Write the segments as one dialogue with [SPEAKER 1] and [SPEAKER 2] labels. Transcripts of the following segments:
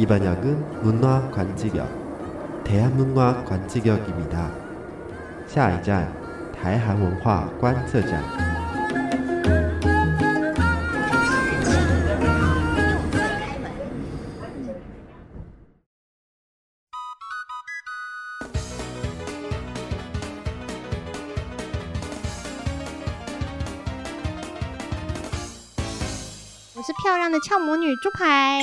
[SPEAKER 1] 이 번역은 문화 관지력, 대한문화 관지력입니다.下一站, 대한문화 관측장.
[SPEAKER 2] 我是漂亮的俏魔女猪排。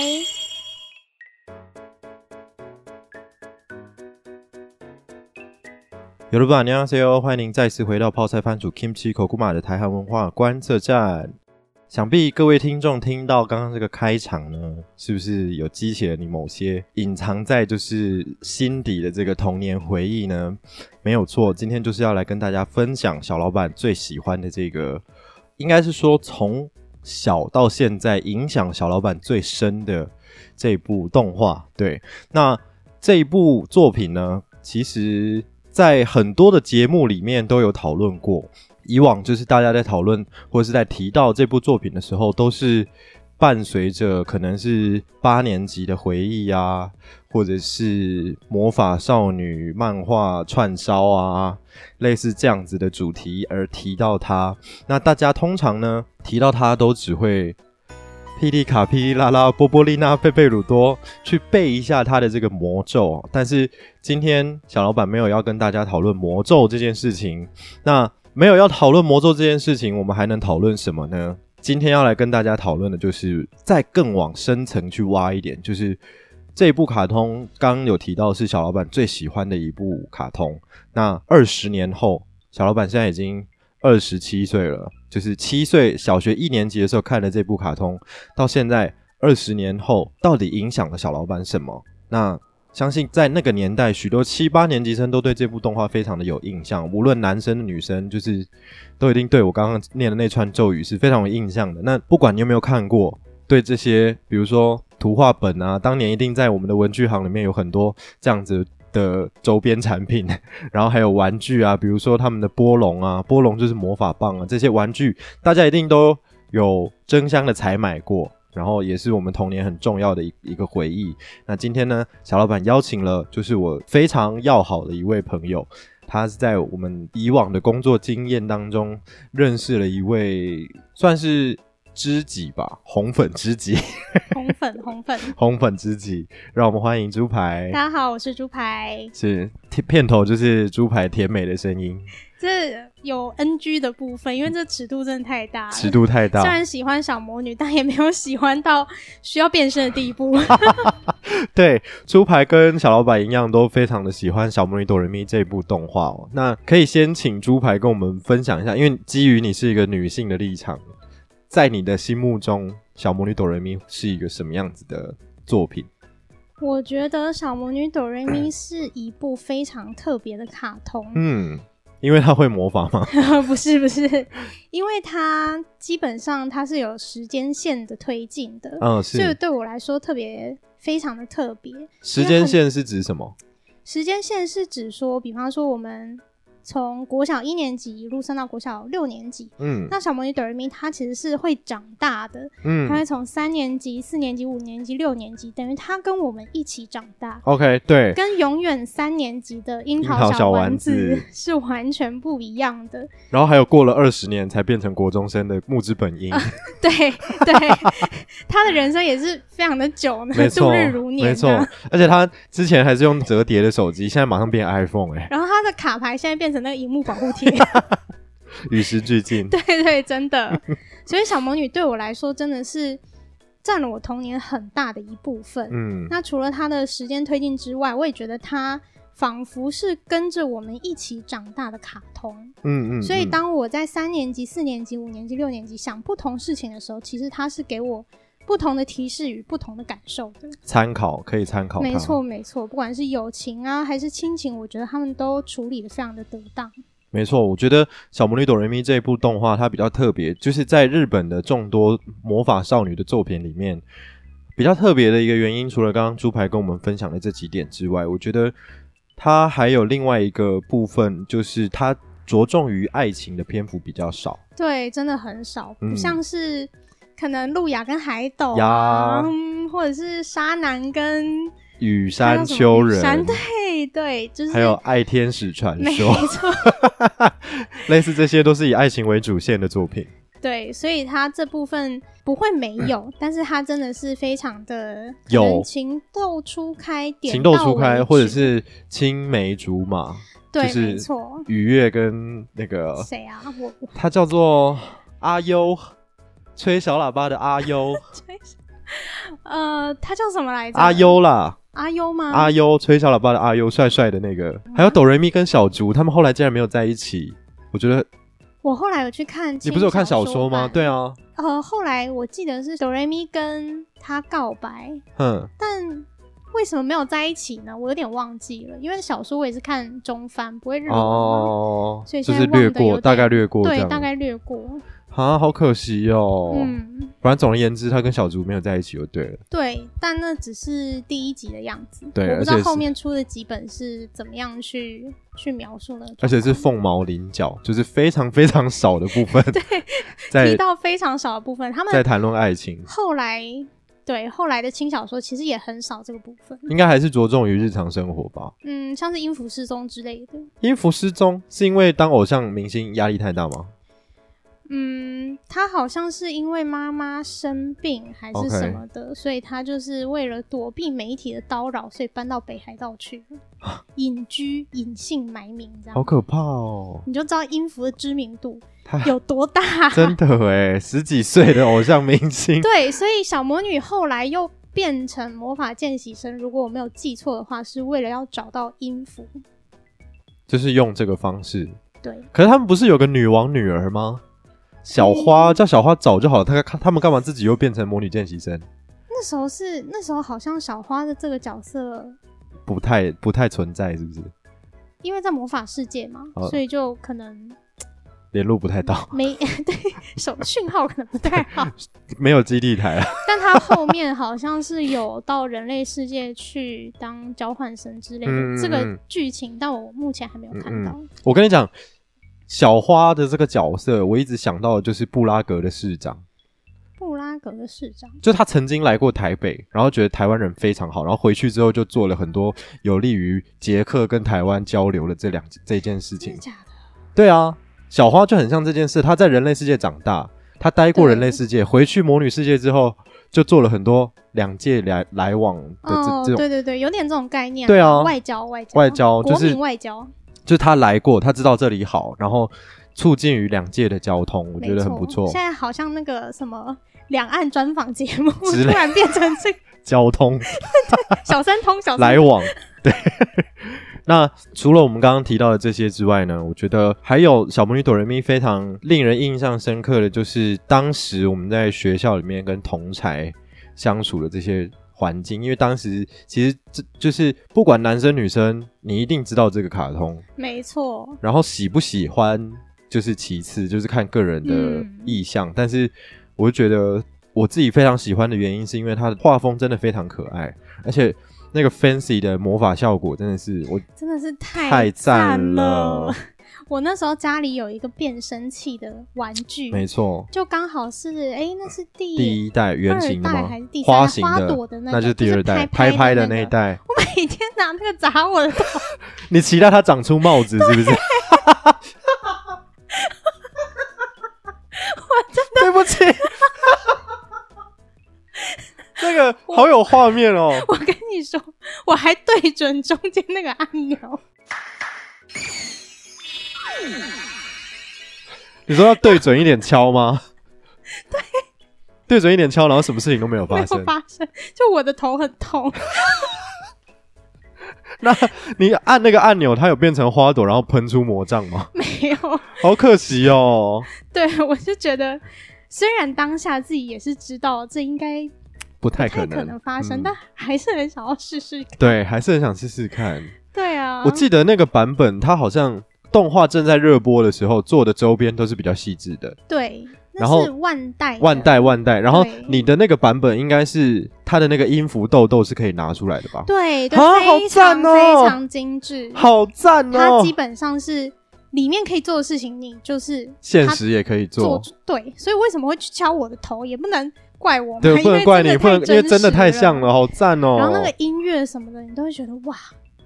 [SPEAKER 1] 여러분안녕하세요，欢迎您再次回到泡菜番主 Kimchi 口古马的台韩文化观测站。想必各位听众听到刚刚这个开场呢，是不是有激起了你某些隐藏在就是心底的这个童年回忆呢？没有错，今天就是要来跟大家分享小老板最喜欢的这个，应该是说从小到现在影响小老板最深的这部动画。对，那这一部作品呢，其实在很多的节目里面都有讨论过。以往就是大家在讨论或者是在提到这部作品的时候，都是伴随着可能是八年级的回忆啊，或者是魔法少女漫画串烧啊，类似这样子的主题而提到它。那大家通常呢提到它都只会。霹雳卡、霹雳拉拉、波波丽娜、贝贝鲁多，去背一下它的这个魔咒。但是今天小老板没有要跟大家讨论魔咒这件事情，那没有要讨论魔咒这件事情，我们还能讨论什么呢？今天要来跟大家讨论的就是再更往深层去挖一点，就是这一部卡通刚刚有提到是小老板最喜欢的一部卡通。那二十年后，小老板现在已经二十七岁了，就是七岁小学一年级的时候看的这部卡通，到现在二十年后，到底影响了小老板什么？那相信在那个年代，许多七八年级生都对这部动画非常的有印象，无论男生女生，就是都一定对我刚刚念的那串咒语是非常有印象的。那不管你有没有看过，对这些，比如说图画本啊，当年一定在我们的文具行里面有很多这样子。的周边产品，然后还有玩具啊，比如说他们的波龙啊，波龙就是魔法棒啊，这些玩具大家一定都有争相的采买过，然后也是我们童年很重要的一一个回忆。那今天呢，小老板邀请了就是我非常要好的一位朋友，他是在我们以往的工作经验当中认识了一位算是知己吧，红粉知己，
[SPEAKER 2] 红粉，红粉。
[SPEAKER 1] 红粉知己，让我们欢迎猪排。
[SPEAKER 2] 大家好，我是猪排。
[SPEAKER 1] 是片片头就是猪排甜美的声音，
[SPEAKER 2] 这有 NG 的部分，因为这尺度真的太大了。
[SPEAKER 1] 尺度太
[SPEAKER 2] 虽
[SPEAKER 1] 大。
[SPEAKER 2] 然喜欢小魔女，但也没有喜欢到需要变身的 地步。
[SPEAKER 1] 对，猪排跟小老板一样，都非常的喜欢《小魔女哆瑞咪》这部动画哦。那可以先请猪排跟我们分享一下，因为基于你是一个女性的立场，在你的心目中，《小魔女哆瑞咪》是一个什么样子的作品？
[SPEAKER 2] 我觉得《小魔女哆瑞咪》是一部非常特别的卡通。
[SPEAKER 1] 嗯，因为它会魔法吗？
[SPEAKER 2] 不是不是，因为它基本上它是有时间线的推进的，
[SPEAKER 1] 嗯，
[SPEAKER 2] 所以
[SPEAKER 1] 是。
[SPEAKER 2] 对我来说特别非常的特别。
[SPEAKER 1] 时间线是指什么？
[SPEAKER 2] 时间线是指说，比方说我们从国小一年级一路升到国小六年级，
[SPEAKER 1] 嗯
[SPEAKER 2] 那小魔女哆瑞咪她其实是会长大的，她
[SPEAKER 1] 嗯
[SPEAKER 2] 会从三年级、四年级、五年级、六年级，等于她跟我们一起长大，
[SPEAKER 1] ，OK，对，
[SPEAKER 2] 跟永远三年级的樱
[SPEAKER 1] 樱桃
[SPEAKER 2] 桃
[SPEAKER 1] 小
[SPEAKER 2] 小
[SPEAKER 1] 丸
[SPEAKER 2] 丸子
[SPEAKER 1] 子
[SPEAKER 2] 是完全不一样的。
[SPEAKER 1] 然后还有过了二十年才变成国中生的木之本樱，
[SPEAKER 2] 对对， 她的人生也是非常的久呢
[SPEAKER 1] 没，
[SPEAKER 2] 度
[SPEAKER 1] 错，
[SPEAKER 2] 日如年、啊，
[SPEAKER 1] 没错。而且他之前还是用折叠的手机，现在马上变 iPhone 哎、
[SPEAKER 2] 然后她的卡牌现在变成那个荧幕保护贴，
[SPEAKER 1] 与时俱进。
[SPEAKER 2] 对对，真的。所以小魔女对我来说真的是占了我童年很大的一部分。
[SPEAKER 1] 嗯，
[SPEAKER 2] 那除了它的时间推进之外，我也觉得它仿佛是跟着我们一起长大的卡通。
[SPEAKER 1] 嗯嗯，
[SPEAKER 2] 所以
[SPEAKER 1] 嗯
[SPEAKER 2] 当我在三年级、四年级、五年级、六年级想不同事情的时候，其实它是给我不同的提示与不同的感受的。
[SPEAKER 1] 参考可以参考，
[SPEAKER 2] 没错，，没错，不管是友情啊还是亲情，我觉得他们都处理的非常的得当。
[SPEAKER 1] 没错。我觉得《小魔女哆瑞咪》这一部动画它比较特别，就是在日本的众多魔法少女的作品里面，比较特别的一个原因，除了刚刚猪排跟我们分享的这几点之外，我觉得它还有另外一个部分，就是它着重于爱情的篇幅比较少。
[SPEAKER 2] 对，真的很少，
[SPEAKER 1] 嗯
[SPEAKER 2] 不像是可能路亚跟海斗
[SPEAKER 1] 呀
[SPEAKER 2] 啊，嗯或者是沙男跟
[SPEAKER 1] 雨
[SPEAKER 2] 还有
[SPEAKER 1] 山
[SPEAKER 2] 什么
[SPEAKER 1] 丘人，
[SPEAKER 2] 山对对，就是
[SPEAKER 1] 还 有爱天使传
[SPEAKER 2] 没
[SPEAKER 1] 说，
[SPEAKER 2] 错，
[SPEAKER 1] 类似这些都是以爱情为主线的作品。
[SPEAKER 2] 对，所以他这部分不会没有，但是他真的是非常的
[SPEAKER 1] 嗯有
[SPEAKER 2] 可能情窦初开，点
[SPEAKER 1] 情窦
[SPEAKER 2] 到
[SPEAKER 1] 初
[SPEAKER 2] 为
[SPEAKER 1] 开，或者
[SPEAKER 2] 止
[SPEAKER 1] 是青梅竹马，
[SPEAKER 2] 对，
[SPEAKER 1] 就是
[SPEAKER 2] 没错，
[SPEAKER 1] 雨月跟那个
[SPEAKER 2] 谁啊？我我
[SPEAKER 1] 他叫做阿优，吹小喇叭的阿 优，
[SPEAKER 2] 呃，他叫什么来着？
[SPEAKER 1] 阿优啦，
[SPEAKER 2] 阿优吗？
[SPEAKER 1] 阿优吹小喇叭的阿优，帅帅的那个，还有哆瑞咪跟小竹，他们后来竟然没有在一起。我觉得
[SPEAKER 2] 我后来有去看，
[SPEAKER 1] 你不是有看
[SPEAKER 2] 小
[SPEAKER 1] 小说吗？
[SPEAKER 2] 版，
[SPEAKER 1] 对啊，
[SPEAKER 2] 呃，后来我记得是哆瑞咪跟他告白，
[SPEAKER 1] 哼，
[SPEAKER 2] 但为什么没有在一起呢？我有点忘记了，因为小说我也是看中翻，不会日文嘛，
[SPEAKER 1] 哦，
[SPEAKER 2] 所以
[SPEAKER 1] 就
[SPEAKER 2] 现在
[SPEAKER 1] 是略
[SPEAKER 2] 忘得有
[SPEAKER 1] 过，
[SPEAKER 2] 点
[SPEAKER 1] 大概略过这
[SPEAKER 2] 对，
[SPEAKER 1] 样，
[SPEAKER 2] 大概略过。
[SPEAKER 1] 啊，好可惜哦。
[SPEAKER 2] 嗯，
[SPEAKER 1] 反正总而言之，他跟小竹没有在一起就对了。
[SPEAKER 2] 对，但那只是第一集的样子，
[SPEAKER 1] 对
[SPEAKER 2] 我不知
[SPEAKER 1] 而
[SPEAKER 2] 道
[SPEAKER 1] 且是
[SPEAKER 2] 后面出的几本是怎么样去去描述的，
[SPEAKER 1] 而且是凤毛麟角，就是非常非常少的部分
[SPEAKER 2] 提
[SPEAKER 1] 在
[SPEAKER 2] 到非常少的部分，他
[SPEAKER 1] 在
[SPEAKER 2] 们
[SPEAKER 1] 谈论爱情，
[SPEAKER 2] 后来对后来的轻小说其实也很少这个部分，
[SPEAKER 1] 应该还是着重于日常生活吧。
[SPEAKER 2] 嗯，像是音符失踪之类的，
[SPEAKER 1] 音符失踪是因为当偶像明星压力太大吗？
[SPEAKER 2] 嗯，他好像是因为妈妈生病还是
[SPEAKER 1] OK
[SPEAKER 2] 什么的所以他就是为了躲避媒体的叨扰，所以搬到北海道去 了隐居、隐姓埋名这样。
[SPEAKER 1] 好可怕哦！
[SPEAKER 2] 你就知道音符的知名度
[SPEAKER 1] 他
[SPEAKER 2] 有多大。
[SPEAKER 1] 真的哎，十几岁的偶像明星，
[SPEAKER 2] 对，所以小魔女后来又变成魔法见习生，如果我没有记错的话，是为了要找到音符。
[SPEAKER 1] 就是用这个方式。
[SPEAKER 2] 对，
[SPEAKER 1] 可是他们不是有个女王女儿吗？小
[SPEAKER 2] 嗯
[SPEAKER 1] 花叫小花找就好了，他他们干嘛自己又变成魔女见习生？
[SPEAKER 2] 那时候是那时候好像小花的这个角色，
[SPEAKER 1] 不太不太存在，是不是？
[SPEAKER 2] 因为在魔法世界嘛，
[SPEAKER 1] 哦
[SPEAKER 2] 所以就可能
[SPEAKER 1] 联络不太到，
[SPEAKER 2] 没 对手讯号可能不太好，
[SPEAKER 1] 没有基地台啊。
[SPEAKER 2] 但他 后面好像是有到人类世界去当交换生之类的、
[SPEAKER 1] 嗯嗯嗯嗯
[SPEAKER 2] 这个剧情，但我目前还没有看到。
[SPEAKER 1] 我跟你讲，小花的这个角色，我一直想到的就是布拉格的市长，
[SPEAKER 2] 布拉格的市长，
[SPEAKER 1] 就他曾经来过台北，然后觉得台湾人非常好，然后回去之后就做了很多有利于捷克跟台湾交流的这两这件事情
[SPEAKER 2] 真的。假的？
[SPEAKER 1] 对啊，小花就很像这件事，她在人类世界长大，她待过
[SPEAKER 2] 对
[SPEAKER 1] 人类世界，回去魔女世界之后，就做了很多两界来来往的这、
[SPEAKER 2] 哦，
[SPEAKER 1] 这种，
[SPEAKER 2] 对对对，有点这种概念。
[SPEAKER 1] 对啊
[SPEAKER 2] 外交外交
[SPEAKER 1] 外交就
[SPEAKER 2] 国
[SPEAKER 1] 是
[SPEAKER 2] 民外交，
[SPEAKER 1] 就是她来过，她知道这里好，然后促进于两界的交通，我
[SPEAKER 2] 没
[SPEAKER 1] 觉得很不错。
[SPEAKER 2] 现在好像那个什么两岸专访节目，
[SPEAKER 1] 之类
[SPEAKER 2] 突然变成 这个
[SPEAKER 1] 交通
[SPEAKER 2] 小三通小三
[SPEAKER 1] 来
[SPEAKER 2] 通
[SPEAKER 1] 往。对， 那除了我们刚刚提到的这些之外呢，我觉得还有小魔女哆瑞咪非常令人印象深刻的就是当时我们在学校里面跟同才相处的这些环境，因为当时其实这就是不管男生女生，你一定知道这个卡通，
[SPEAKER 2] 没错，
[SPEAKER 1] 然后喜不喜欢就是其次，就是看个人的
[SPEAKER 2] 嗯
[SPEAKER 1] 意向。但是我就觉得我自己非常喜欢的原因，是因为它的画风真的非常可爱，而且那个 fancy 的魔法效果真的是我
[SPEAKER 2] 真的是太
[SPEAKER 1] 太赞
[SPEAKER 2] 赞
[SPEAKER 1] 了。
[SPEAKER 2] 我那时候家里有一个变声器的玩具，
[SPEAKER 1] 没错，
[SPEAKER 2] 就刚好是哎、那是第
[SPEAKER 1] 第一代圆形的
[SPEAKER 2] 二代
[SPEAKER 1] 吗
[SPEAKER 2] 还是第？三代
[SPEAKER 1] 花形
[SPEAKER 2] 花
[SPEAKER 1] 的
[SPEAKER 2] 朵的，那个
[SPEAKER 1] 那就是第二代
[SPEAKER 2] 就是拍拍
[SPEAKER 1] 拍
[SPEAKER 2] 的
[SPEAKER 1] 的
[SPEAKER 2] 那
[SPEAKER 1] 那一
[SPEAKER 2] 个
[SPEAKER 1] 代。
[SPEAKER 2] 我每天拿那个砸我的头，
[SPEAKER 1] 你期待它长出帽子是不是？对不 起，这个好有画面哦。
[SPEAKER 2] 我跟你说，我还对准中间那个按钮，
[SPEAKER 1] 你说要对准一点敲吗？对，对准一点敲，然后什么事情都没有
[SPEAKER 2] 没
[SPEAKER 1] 发
[SPEAKER 2] 有
[SPEAKER 1] 生。
[SPEAKER 2] 发生，就我的头很痛，
[SPEAKER 1] 那你按那个按钮，它有变成花朵，然后喷出魔杖吗？
[SPEAKER 2] 没有。
[SPEAKER 1] 好可惜哦。
[SPEAKER 2] 对我就觉得，虽然当下自己也是知道这应该
[SPEAKER 1] 不太可
[SPEAKER 2] 太
[SPEAKER 1] 能，
[SPEAKER 2] 可能发生，
[SPEAKER 1] 嗯
[SPEAKER 2] 但还是很想要试试看。
[SPEAKER 1] 对，还是很想试试看。
[SPEAKER 2] 对啊，
[SPEAKER 1] 我记得那个版本，它好像动画正在热播的时候做的周边都是比较细致的，
[SPEAKER 2] 对，
[SPEAKER 1] 然
[SPEAKER 2] 那
[SPEAKER 1] 后
[SPEAKER 2] 是万代的
[SPEAKER 1] 万代万代。然后
[SPEAKER 2] 对
[SPEAKER 1] 你的那个版本应该是它的那个音符豆豆是可以拿出来的吧？
[SPEAKER 2] 对，对
[SPEAKER 1] 啊好
[SPEAKER 2] 非常
[SPEAKER 1] 赞哦
[SPEAKER 2] 非常精致。
[SPEAKER 1] 好赞
[SPEAKER 2] 它
[SPEAKER 1] 哦
[SPEAKER 2] 基！本上是里面可以做的事情，你就是
[SPEAKER 1] 现
[SPEAKER 2] 他
[SPEAKER 1] 实也可以
[SPEAKER 2] 做
[SPEAKER 1] 做，
[SPEAKER 2] 对，所以为什么会去敲我的头，也不能怪我嘛，
[SPEAKER 1] 对，
[SPEAKER 2] 因
[SPEAKER 1] 不
[SPEAKER 2] 为
[SPEAKER 1] 能怪
[SPEAKER 2] 真的
[SPEAKER 1] 你，不能因为真的太
[SPEAKER 2] 实
[SPEAKER 1] 像。了，好赞哦、
[SPEAKER 2] 然后那个音乐什么的，你都会觉得哇，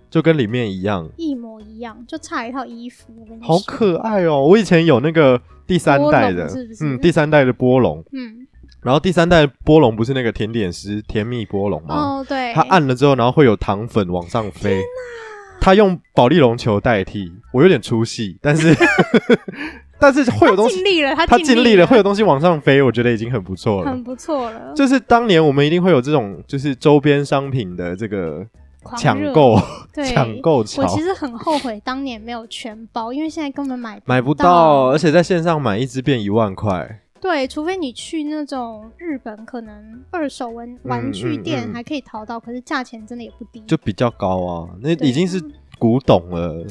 [SPEAKER 1] 就跟里面一样，
[SPEAKER 2] 一模一样，就差一套衣服。我跟你
[SPEAKER 1] 好
[SPEAKER 2] 说
[SPEAKER 1] 可爱哦、我以前有那个第三代的，
[SPEAKER 2] 波龙是不是
[SPEAKER 1] 嗯，第三代的波龙，
[SPEAKER 2] 嗯，
[SPEAKER 1] 然后第三代波龙不是那个甜点师甜蜜波龙吗？
[SPEAKER 2] 哦，对，
[SPEAKER 1] 它按了之后，然后会有糖粉往上飞。它用保利龙球代替，我有点出戏，但 是但是会有东西
[SPEAKER 2] 尽，力了，他
[SPEAKER 1] 它
[SPEAKER 2] 尽
[SPEAKER 1] 尽力了，会有东西往上飞，我觉得已经很不错了
[SPEAKER 2] 很。不错了，
[SPEAKER 1] 就是当年我们一定会有这种就是周边商品的这个
[SPEAKER 2] 狂
[SPEAKER 1] 抢
[SPEAKER 2] 热
[SPEAKER 1] 购
[SPEAKER 2] 对
[SPEAKER 1] 抢购
[SPEAKER 2] 我
[SPEAKER 1] 潮
[SPEAKER 2] 其，实很后悔当年没有全包，因为现在根本买
[SPEAKER 1] 买不到，而且在线上买一只变一万块，
[SPEAKER 2] 对，除非你去那种日本可能二手玩玩具
[SPEAKER 1] 嗯嗯
[SPEAKER 2] 店
[SPEAKER 1] 嗯
[SPEAKER 2] 还可以淘到，可是价钱真的也不低。
[SPEAKER 1] 就比较高啊，那
[SPEAKER 2] 对
[SPEAKER 1] 已经是古董了。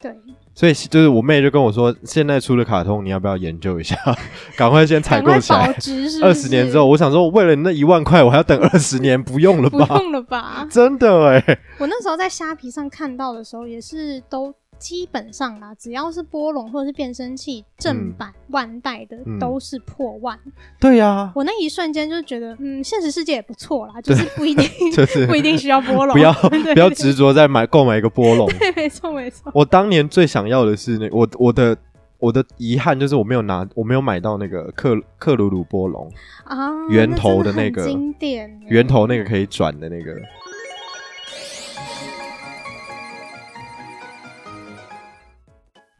[SPEAKER 2] 对，
[SPEAKER 1] 所以就是我妹就跟我说，现在出的卡通你要不要研究一下， 赶快先采
[SPEAKER 2] 赶
[SPEAKER 1] 购
[SPEAKER 2] 快
[SPEAKER 1] 起来
[SPEAKER 2] 保。值是不是
[SPEAKER 1] 二十年之后，我想说，为了你那一万块，我还要 等二十年，不用了
[SPEAKER 2] 不
[SPEAKER 1] 吧？？
[SPEAKER 2] 用了吧
[SPEAKER 1] 真的哎、
[SPEAKER 2] 我那时候在虾皮上看到的时候，也是都基本上啦，只要是波龙或者是变声器正版万代的，
[SPEAKER 1] 嗯
[SPEAKER 2] 都是破万。
[SPEAKER 1] 对啊呀、
[SPEAKER 2] 我那一瞬间就觉得，嗯，现实世界也不错啦，就是 不一定
[SPEAKER 1] 就是
[SPEAKER 2] 不一定需要波龙，
[SPEAKER 1] 不要
[SPEAKER 2] 对
[SPEAKER 1] 不要执着在买购买一个波 龙。
[SPEAKER 2] 对，没错没错。
[SPEAKER 1] 我当年最想要的是那我我的我的遗憾就是我没有拿我没有买到那个克克鲁鲁波龙
[SPEAKER 2] 啊，
[SPEAKER 1] 源
[SPEAKER 2] 那
[SPEAKER 1] 头
[SPEAKER 2] 真的
[SPEAKER 1] 的那
[SPEAKER 2] 很
[SPEAKER 1] 个
[SPEAKER 2] 经典欸
[SPEAKER 1] 源头那个可以转的那个。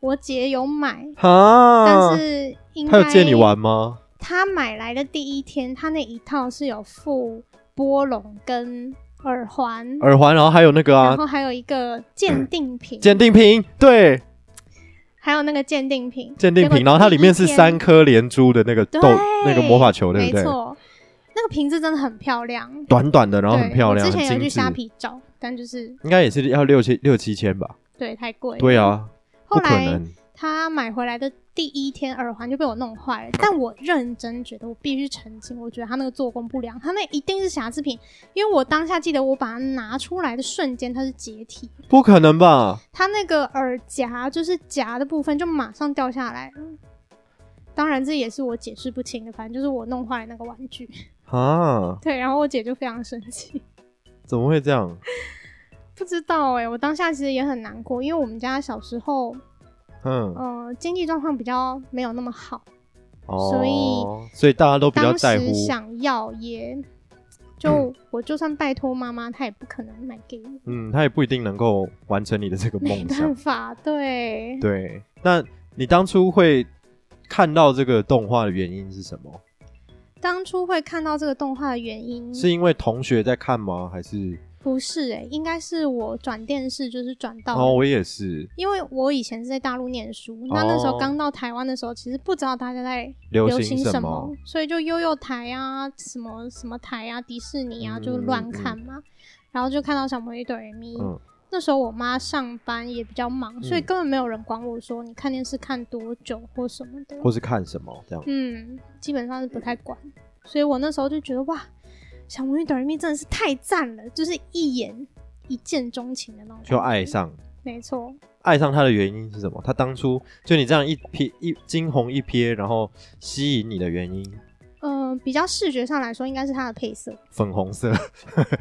[SPEAKER 2] 我姐有买，
[SPEAKER 1] 哈，
[SPEAKER 2] 但是应
[SPEAKER 1] 他
[SPEAKER 2] 该
[SPEAKER 1] 啊有借你玩吗？
[SPEAKER 2] 她买来的第一天，她那一套是有附波龙跟耳环，
[SPEAKER 1] 耳环，然后还有那个啊嗯
[SPEAKER 2] 然后还有一个鉴定品，
[SPEAKER 1] 鉴定瓶，对
[SPEAKER 2] 还有那个鉴定品，
[SPEAKER 1] 鉴定
[SPEAKER 2] 结果第
[SPEAKER 1] 瓶，
[SPEAKER 2] 一
[SPEAKER 1] 然后它里面是
[SPEAKER 2] 天
[SPEAKER 1] 三颗连珠的那个
[SPEAKER 2] 对
[SPEAKER 1] 豆那个魔法球，对不
[SPEAKER 2] 没
[SPEAKER 1] 对？
[SPEAKER 2] 错，那个瓶子真的很漂亮，
[SPEAKER 1] 短短的，然后很
[SPEAKER 2] 对
[SPEAKER 1] 漂亮，
[SPEAKER 2] 我之
[SPEAKER 1] 很
[SPEAKER 2] 前有
[SPEAKER 1] 精
[SPEAKER 2] 去
[SPEAKER 1] 致
[SPEAKER 2] 虾。皮找，但就是
[SPEAKER 1] 应该也是要六千六七千吧？
[SPEAKER 2] 对太贵。
[SPEAKER 1] 对，啊，不
[SPEAKER 2] 后
[SPEAKER 1] 可
[SPEAKER 2] 来
[SPEAKER 1] 能。
[SPEAKER 2] 她买回来的第一天耳环就被我弄坏了，但我认真觉得我必须澄清，我觉得她那个做工不良，她那一定是瑕疵品，因为我当下记得我把它拿出来的瞬间它是解体，
[SPEAKER 1] 不可能吧？
[SPEAKER 2] 它那个耳夹就是夹的部分就马上掉下来了。当然，这也是我解释不清的，反正就是我弄坏那个玩具。
[SPEAKER 1] 啊，
[SPEAKER 2] 对，然后我姐就非常生气。
[SPEAKER 1] 怎么会这样？
[SPEAKER 2] 不知道哎、我当下其实也很难过，因为我们家小时候，
[SPEAKER 1] 嗯，
[SPEAKER 2] 呃，经济状况比较没有那么好，
[SPEAKER 1] 哦，
[SPEAKER 2] 所
[SPEAKER 1] 以
[SPEAKER 2] 以
[SPEAKER 1] 大家都比较
[SPEAKER 2] 当
[SPEAKER 1] 在乎
[SPEAKER 2] 时，想要 也，就、我就算拜托妈妈，她也不可能买给我，
[SPEAKER 1] 嗯，他也不一定能够完成你的这个
[SPEAKER 2] 没
[SPEAKER 1] 梦
[SPEAKER 2] 办
[SPEAKER 1] 想。
[SPEAKER 2] 法，对，
[SPEAKER 1] 啊对，那你当初会看到这个动画的原因是什么？
[SPEAKER 2] 当初会看到这个动画的原因，
[SPEAKER 1] 是因为同学在看吗？还是？
[SPEAKER 2] 不是哎、应该是我转电视就是转到。
[SPEAKER 1] 哦，我也是，
[SPEAKER 2] 因为我以前是在大陆念书，那那时候刚到台湾的时候，其实不知道大家在
[SPEAKER 1] 哦流
[SPEAKER 2] 流
[SPEAKER 1] 行
[SPEAKER 2] 行
[SPEAKER 1] 什
[SPEAKER 2] 什
[SPEAKER 1] 么
[SPEAKER 2] 么？，所以就悠悠台啊，什么什么台啊，迪士尼啊，
[SPEAKER 1] 嗯
[SPEAKER 2] 就乱看嘛。然后就看到小魔女哆瑞咪，
[SPEAKER 1] 嗯
[SPEAKER 2] 那时候我妈上班也比较忙，所以
[SPEAKER 1] 嗯
[SPEAKER 2] 根本没有人管我说你看电视看多久或什么的。
[SPEAKER 1] 或是看什么这样？
[SPEAKER 2] 嗯，基本上是不太管，所以我那时候就觉得哇，小魔女哆瑞咪真的是太赞了，就是一眼一见钟情的那种，
[SPEAKER 1] 就爱。上，
[SPEAKER 2] 没错，
[SPEAKER 1] 爱上他的原因是什么？他当初就你这样一瞥一惊鸿一瞥，然后吸引你的原因，
[SPEAKER 2] 嗯、比较视觉上来说，应该是它的配色，
[SPEAKER 1] 粉红 色，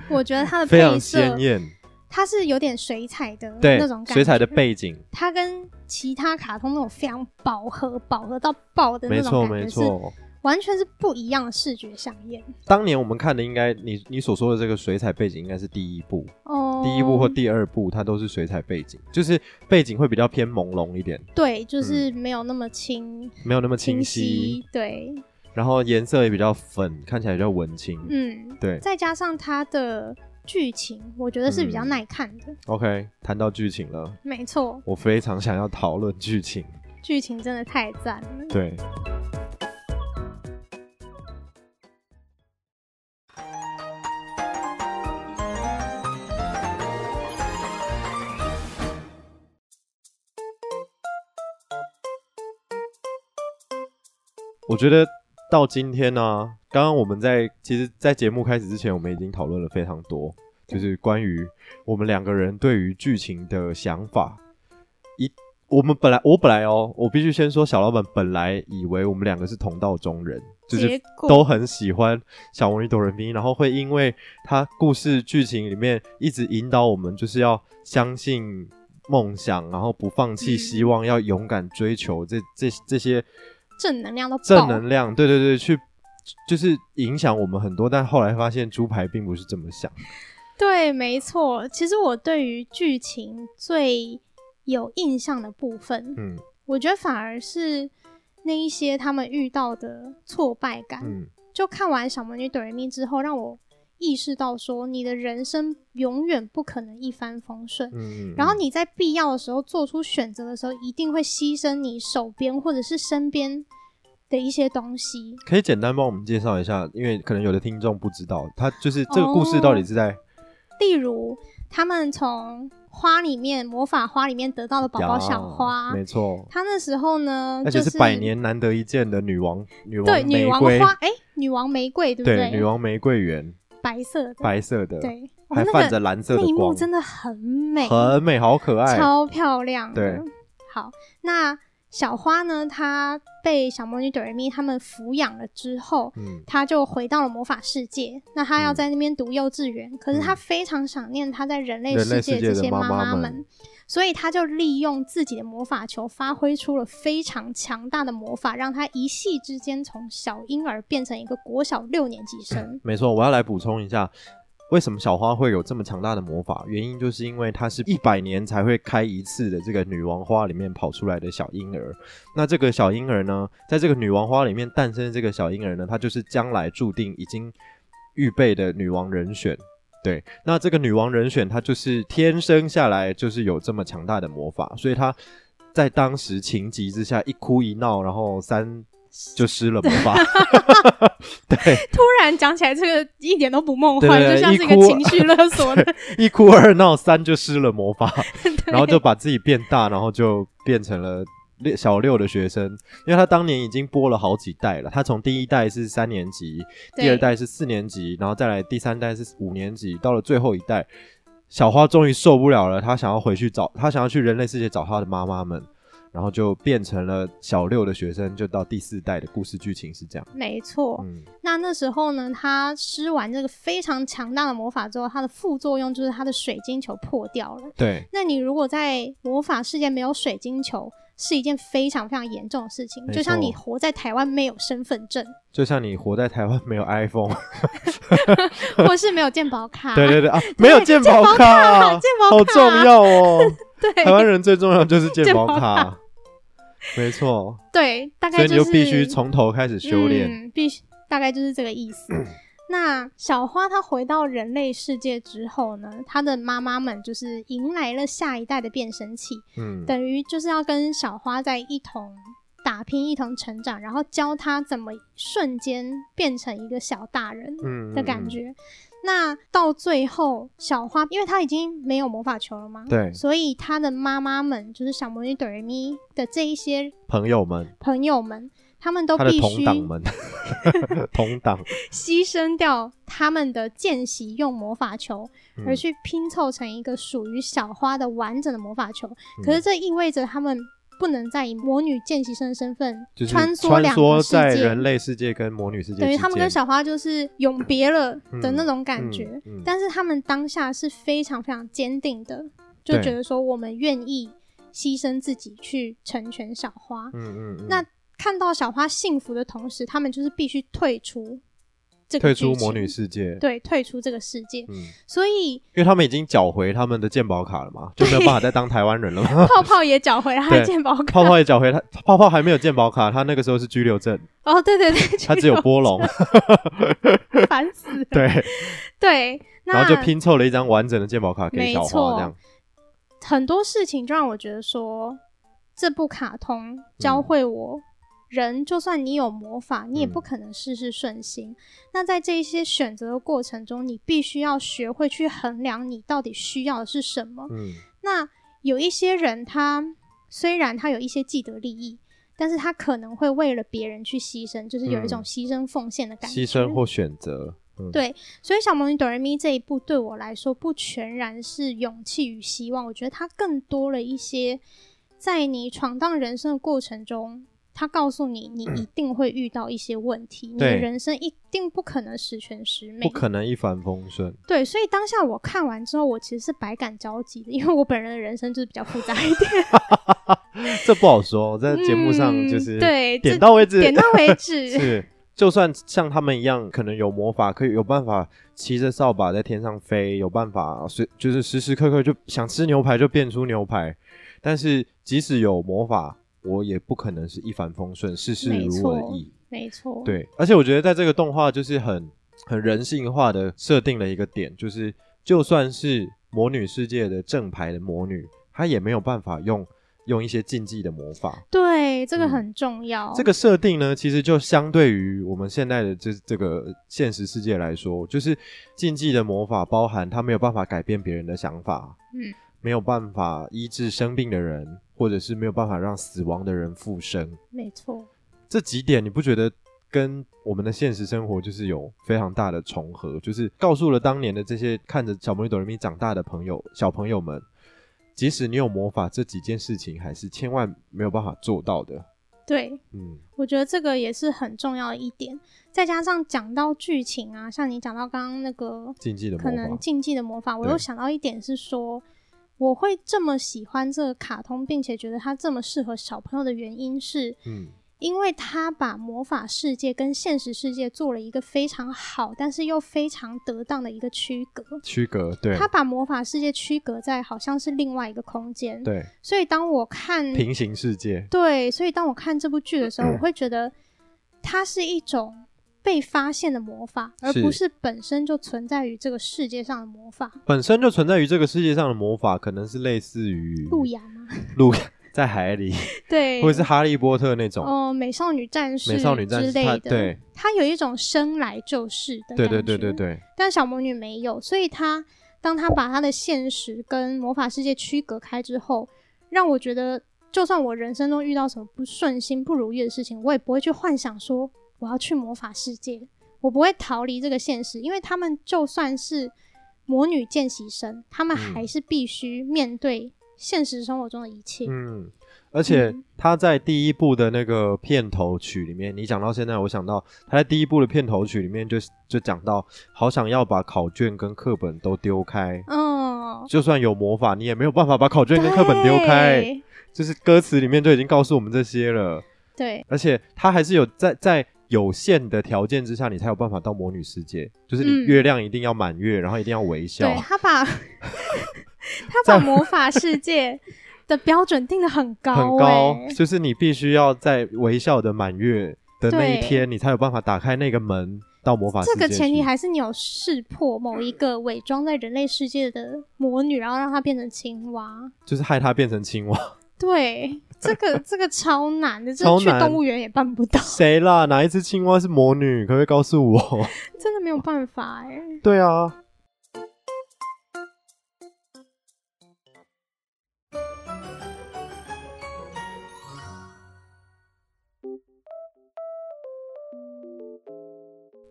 [SPEAKER 2] 我觉得它 的
[SPEAKER 1] 非常
[SPEAKER 2] 配色
[SPEAKER 1] 鲜艳，
[SPEAKER 2] 它是有点水彩的
[SPEAKER 1] 对
[SPEAKER 2] 那种，感
[SPEAKER 1] 水彩的
[SPEAKER 2] 觉，
[SPEAKER 1] 背景，
[SPEAKER 2] 它跟其他卡通那种非常饱和、饱和到爆的
[SPEAKER 1] 没
[SPEAKER 2] 那
[SPEAKER 1] 错
[SPEAKER 2] 种
[SPEAKER 1] 没
[SPEAKER 2] 感觉，是
[SPEAKER 1] 错。
[SPEAKER 2] 完全是不一样的视觉响应。
[SPEAKER 1] 当年我们看的应该，你你所说的这个水彩背景应该是第一部，
[SPEAKER 2] 哦，
[SPEAKER 1] 第一部或第二部，它都是水彩背景，就是背景会比较偏朦胧一点，
[SPEAKER 2] 对，就是没有那么清
[SPEAKER 1] 没有那么嗯清
[SPEAKER 2] 清
[SPEAKER 1] 晰，，
[SPEAKER 2] 对，
[SPEAKER 1] 然后颜色也比较粉，看起来比较文青。
[SPEAKER 2] 嗯，
[SPEAKER 1] 对
[SPEAKER 2] 再加上它的剧情，我觉得是比较
[SPEAKER 1] 嗯
[SPEAKER 2] 耐看的，
[SPEAKER 1] OK，谈到剧情了，
[SPEAKER 2] 没错，
[SPEAKER 1] 我非常想要讨论剧情。
[SPEAKER 2] 剧情真的太赞了。
[SPEAKER 1] 对。我觉得到今天呢、刚刚我们在其实，在节目开始之前，我们已经讨论了非常多，就是关于我们两个人对于剧情的想法。一，我们本来我本来哦，我必须先说，小老板本来以为我们两个是同道中人，就是
[SPEAKER 2] 结果
[SPEAKER 1] 都很喜欢《小魔女斗人兵》，然后会因为它故事剧情里面一直引导我们，就是要相信梦想，然后不放弃
[SPEAKER 2] 嗯
[SPEAKER 1] 希望，要勇敢追求这这这些
[SPEAKER 2] 正能量都爆
[SPEAKER 1] 正能量，对对对，去就是影响我们很多。但后来发现猪排并不是这么想，
[SPEAKER 2] 对，没错。其实我对于剧情最有印象的部分，
[SPEAKER 1] 嗯
[SPEAKER 2] 我觉得反而是那一些他们遇到的挫败感。
[SPEAKER 1] 嗯
[SPEAKER 2] 就看完《小魔女哆瑞咪》之后，让我意识到说，你的人生永远不可能一帆风顺。
[SPEAKER 1] 嗯。
[SPEAKER 2] 然后
[SPEAKER 1] 嗯
[SPEAKER 2] 你在必要的时候做出选择的时候，一定会牺牲你手边或者是身边的一些东西。
[SPEAKER 1] 可以简单帮我们介绍一下，因为可能有的听众不知道，他就是这个故事到底是在
[SPEAKER 2] 例如，他们从花里面魔法花里面得到的宝宝小花，
[SPEAKER 1] 没错，
[SPEAKER 2] 他那时候呢，
[SPEAKER 1] 而且
[SPEAKER 2] 就是
[SPEAKER 1] 百年难得一见的女王，女
[SPEAKER 2] 对
[SPEAKER 1] 王
[SPEAKER 2] 女
[SPEAKER 1] 玫
[SPEAKER 2] 王
[SPEAKER 1] 瑰，
[SPEAKER 2] 花，哎、女王玫瑰对不
[SPEAKER 1] 对，女王玫瑰园，
[SPEAKER 2] 白色的，
[SPEAKER 1] 白色的，
[SPEAKER 2] 对，哦
[SPEAKER 1] 还
[SPEAKER 2] 那
[SPEAKER 1] 泛
[SPEAKER 2] 个
[SPEAKER 1] 着蓝色
[SPEAKER 2] 那
[SPEAKER 1] 的
[SPEAKER 2] 一幕
[SPEAKER 1] 光，
[SPEAKER 2] 真的很美，
[SPEAKER 1] 很美，好可爱，
[SPEAKER 2] 超漂亮的。
[SPEAKER 1] 对，
[SPEAKER 2] 好，那小花呢？她被小魔女哆瑞咪他们抚养了之后，
[SPEAKER 1] 嗯
[SPEAKER 2] 她就回到了魔法世界。那她要
[SPEAKER 1] 嗯
[SPEAKER 2] 在那边读幼稚园，可是她非常想念她在人类
[SPEAKER 1] 人类世
[SPEAKER 2] 世界
[SPEAKER 1] 界
[SPEAKER 2] 这
[SPEAKER 1] 的
[SPEAKER 2] 些
[SPEAKER 1] 妈妈
[SPEAKER 2] 妈
[SPEAKER 1] 们
[SPEAKER 2] 们。所以她就利用自己的魔法球，发挥出了非常强大的魔法，让她一夕之间从小婴儿变成一个国小六年级生。
[SPEAKER 1] 没错，我要来补充一下。为什么小花会有这么强大的魔法？原因就是因为它是一百年才会开一次的这个女王花里面跑出来的小婴儿。那这个小婴儿呢，在这个女王花里面诞生的这个小婴儿呢，他就是将来注定已经预备的女王人选。对，那这个女王人选，她就是天生下来就是有这么强大的魔法，所以她在当时情急之下一哭一闹，然后三就失了魔法。对，
[SPEAKER 2] 突然讲起来，这个一点都不梦
[SPEAKER 1] 对
[SPEAKER 2] 幻，
[SPEAKER 1] 对
[SPEAKER 2] 就像
[SPEAKER 1] 一
[SPEAKER 2] 是一个
[SPEAKER 1] 哭
[SPEAKER 2] 情绪勒索的
[SPEAKER 1] 一哭二闹三就失了魔法，
[SPEAKER 2] 对
[SPEAKER 1] 然后就把自己变大，然后就变成了六小六的学生。因为他当年已经播了好几代了，他从第一代是三年级，第
[SPEAKER 2] 对
[SPEAKER 1] 二代是四年级，然后再来第三代是五年级，到了最后一代，小花终于受不了了，她想要回去找，她想要去人类世界找她的妈妈们。然后就变成了小六的学生，就到第四代的故事剧情是这样。
[SPEAKER 2] 没错，
[SPEAKER 1] 嗯，
[SPEAKER 2] 那那时候呢，他施完这个非常强大的魔法之后，它的副作用就是他的水晶球破掉了。
[SPEAKER 1] 对，
[SPEAKER 2] 那你如果在魔法世界没有水晶球，是一件非常非常严重的事情，
[SPEAKER 1] 没错
[SPEAKER 2] 就像你活在台湾没有身 份证，
[SPEAKER 1] 就像你活在台湾没有 iPhone，
[SPEAKER 2] 或是没有健保卡，
[SPEAKER 1] 对对对啊，没有健保
[SPEAKER 2] 保
[SPEAKER 1] 卡，
[SPEAKER 2] 健保卡
[SPEAKER 1] 好重要哦。
[SPEAKER 2] 对
[SPEAKER 1] 台湾人最重要就是健保
[SPEAKER 2] 健保
[SPEAKER 1] 卡
[SPEAKER 2] 卡，
[SPEAKER 1] 没错，
[SPEAKER 2] 对，大
[SPEAKER 1] 所以
[SPEAKER 2] 概
[SPEAKER 1] 你就
[SPEAKER 2] 就
[SPEAKER 1] 是必须从头开始修炼。
[SPEAKER 2] 嗯、必须大概就是这个 意思。那小花她回到人类世界之后呢，她的妈妈们就是迎来了下一代的变声器，
[SPEAKER 1] 嗯，
[SPEAKER 2] 等于就是要跟小花在一同打拼、一同成长，然后教她怎么瞬间变成一个小大人
[SPEAKER 1] 嗯
[SPEAKER 2] 的感。觉。那到最后，小花因为她已经没有魔法球了嘛，
[SPEAKER 1] 对
[SPEAKER 2] 所以她的妈妈们就是小魔女哆瑞咪的这一些
[SPEAKER 1] 朋友们，
[SPEAKER 2] 朋友们，他们都
[SPEAKER 1] 他的
[SPEAKER 2] 必
[SPEAKER 1] 同
[SPEAKER 2] 须
[SPEAKER 1] 党 们，同党，
[SPEAKER 2] 牺牲掉他们的见习用魔法球，
[SPEAKER 1] 嗯
[SPEAKER 2] 而去拼凑成一个属于小花的完整的魔法球。
[SPEAKER 1] 嗯
[SPEAKER 2] 可是这意味着他们不能再以魔女见习生的身份
[SPEAKER 1] 就是
[SPEAKER 2] 穿
[SPEAKER 1] 梭
[SPEAKER 2] 两个世
[SPEAKER 1] 在人
[SPEAKER 2] 界，
[SPEAKER 1] 类世界跟魔女世界之间，
[SPEAKER 2] 等于他们跟小花就是永别了的那种感觉。
[SPEAKER 1] 嗯嗯
[SPEAKER 2] 但是他们当下是非常非常坚定的，就
[SPEAKER 1] 对
[SPEAKER 2] 觉得说我们愿意牺牲自己去成全小花。
[SPEAKER 1] 嗯嗯嗯，
[SPEAKER 2] 那看到小花幸福的同时，他们就是必须退出这个
[SPEAKER 1] 退出
[SPEAKER 2] 剧情
[SPEAKER 1] 魔女，世界，
[SPEAKER 2] 对，退出这个世界。
[SPEAKER 1] 嗯，
[SPEAKER 2] 所以
[SPEAKER 1] 因为他们已经缴回他们的健保卡了嘛，就没有办法再当台湾人 了嘛。
[SPEAKER 2] 泡泡也缴回他
[SPEAKER 1] 对
[SPEAKER 2] 的健保卡。
[SPEAKER 1] 泡泡也缴回他，泡泡还没有健保卡，他那个时候是居留证，
[SPEAKER 2] 哦，对对 对，
[SPEAKER 1] 他只有波龙，
[SPEAKER 2] 烦死了。
[SPEAKER 1] 对，
[SPEAKER 2] 对，那
[SPEAKER 1] 然后就拼凑了一张完整的健保卡给小
[SPEAKER 2] 没
[SPEAKER 1] 花，
[SPEAKER 2] 错
[SPEAKER 1] 这样，
[SPEAKER 2] 很多事情就让我觉得说，这部卡通教会我。人就算你有魔法，你也
[SPEAKER 1] 嗯
[SPEAKER 2] 不可能事事顺心。那在这一些选择的过程中，你必须要学会去衡量你到底需要的是什么。
[SPEAKER 1] 嗯，
[SPEAKER 2] 那有一些人他，虽然他有一些既得利益，但是他可能会为了别人去牺牲，就是有一种
[SPEAKER 1] 嗯
[SPEAKER 2] 牺牲奉献的感觉。
[SPEAKER 1] 牺牲或选择，嗯，
[SPEAKER 2] 对所以《小魔女哆瑞咪》这一部对我来说，不全然是勇气与希望，我觉得它更多了一些在你闯荡人生的过程中，他告诉你，你一定会遇到一些问题，你的
[SPEAKER 1] 对
[SPEAKER 2] 人生一定不可能十全十美
[SPEAKER 1] 不。可能一帆风顺。
[SPEAKER 2] 对，所以当下我看完之后，我其实是百感交集的，因为我本人的人生就是比较复杂一点。
[SPEAKER 1] 这不好说，在 节目上就
[SPEAKER 2] 嗯
[SPEAKER 1] 是
[SPEAKER 2] 对
[SPEAKER 1] 点
[SPEAKER 2] 这
[SPEAKER 1] 到为止，
[SPEAKER 2] 点到为止。
[SPEAKER 1] 是。就算像他们一样，可能有魔法，可以有办法骑着扫把在天上飞，有办法随就是时时刻刻就想吃牛排就变出牛排。但是即使有魔法，我也不可能是一帆风顺，事事
[SPEAKER 2] 没
[SPEAKER 1] 如
[SPEAKER 2] 错
[SPEAKER 1] 我的意。
[SPEAKER 2] 没错，
[SPEAKER 1] 对，而且我觉得在这个动画就是很很人性化的设定了一个点，就是就算是魔女世界的正牌的魔女，她也没有办法用用一些禁忌的魔法。
[SPEAKER 2] 对，这个
[SPEAKER 1] 嗯
[SPEAKER 2] 很重要。
[SPEAKER 1] 这个设定呢，其实就相对于我们现在的这这个现实世界来说，就是禁忌的魔法包含她没有办法改变别人的想法，
[SPEAKER 2] 嗯，
[SPEAKER 1] 没有办法医治生病的人，或者是没有办法让死亡的人复生。
[SPEAKER 2] 没错，
[SPEAKER 1] 这几点你不觉得跟我们的现实生活就是有非常大的重合？就是告诉了当年的这些看着小魔女哆瑞咪长大的朋友小朋友们，即使你有魔法，这几件事情还是千万没有办法做到的。
[SPEAKER 2] 对。
[SPEAKER 1] 嗯，
[SPEAKER 2] 我觉得这个也是很重要的一点，再加上讲到剧情啊，像你讲到刚刚那个
[SPEAKER 1] 禁忌的魔
[SPEAKER 2] 可能
[SPEAKER 1] 法，
[SPEAKER 2] 禁忌的魔法，我
[SPEAKER 1] 对
[SPEAKER 2] 又想到一点是说，我会这么喜欢这个卡通，并且觉得它这么适合小朋友的原因是，
[SPEAKER 1] 嗯，
[SPEAKER 2] 因为它把魔法世界跟现实世界做了一个非常好，但是又非常得当的一个区隔。
[SPEAKER 1] 区隔，对
[SPEAKER 2] 它把魔法世界区隔在好像是另外一个空间，
[SPEAKER 1] 对，
[SPEAKER 2] 所以当我看
[SPEAKER 1] 平行世界，
[SPEAKER 2] 对，所以当我看这部剧的时候，
[SPEAKER 1] 嗯
[SPEAKER 2] 我会觉得它是一种被发现的魔法，而
[SPEAKER 1] 是嗯
[SPEAKER 2] 不是本身就存在于这个世界上的魔法。
[SPEAKER 1] 本身就存在于这个世界上的魔法，可能是类似于
[SPEAKER 2] 路亚吗？
[SPEAKER 1] 路在海里，
[SPEAKER 2] 对，
[SPEAKER 1] 或者是哈利波特那种。
[SPEAKER 2] 哦、美少女战士、
[SPEAKER 1] 美少女战士
[SPEAKER 2] 之类
[SPEAKER 1] 她
[SPEAKER 2] 的，
[SPEAKER 1] 对，
[SPEAKER 2] 它有一种生来就是的感
[SPEAKER 1] 对对
[SPEAKER 2] 觉，
[SPEAKER 1] 对对对，
[SPEAKER 2] 但小魔女没有，所以她当她把她的现实跟魔法世界区隔开之后，让我觉得，就算我人生中遇到什么不顺心、不如意的事情，我也不会去幻想说我要去魔法世界，我不会逃离这个现实，因为他们就算是魔女见习生，他
[SPEAKER 1] 嗯
[SPEAKER 2] 们还是必须面对现实生活中的一切。
[SPEAKER 1] 嗯，而且
[SPEAKER 2] 嗯
[SPEAKER 1] 他在第一部的那个片头曲里面，你讲到现在，我想到他在第一部的片头曲里面就就讲到，好想要把考卷跟课本都丢开，
[SPEAKER 2] 嗯，
[SPEAKER 1] 就算有魔法，你也没有办法把考卷跟课本丢开，
[SPEAKER 2] 对。
[SPEAKER 1] 就是歌词里面就已经告诉我们这些了。
[SPEAKER 2] 对
[SPEAKER 1] 而且他还是有在在有限的条件之下，你才有办法到魔女世界，就是你
[SPEAKER 2] 嗯
[SPEAKER 1] 月亮一定要满月，然后一定要微笑。
[SPEAKER 2] 对 他把他把魔法世界的标准定的很高、欸，
[SPEAKER 1] 很高，就是你必须要在微笑的满月的那一
[SPEAKER 2] 对
[SPEAKER 1] 天，你才有办法打开那个门到魔法世
[SPEAKER 2] 这
[SPEAKER 1] 界去。
[SPEAKER 2] 个前提还是你有识破某一个伪装在人类世界的魔女，然后让她变成青蛙。
[SPEAKER 1] 就是害它变成青蛙，
[SPEAKER 2] 对，这个这个超难的，这
[SPEAKER 1] 超
[SPEAKER 2] 去
[SPEAKER 1] 难
[SPEAKER 2] 动物园也办不到，
[SPEAKER 1] 谁啦？哪一只青蛙是魔女？可不可以告诉我？
[SPEAKER 2] 真的没有办法哎、
[SPEAKER 1] 对啊，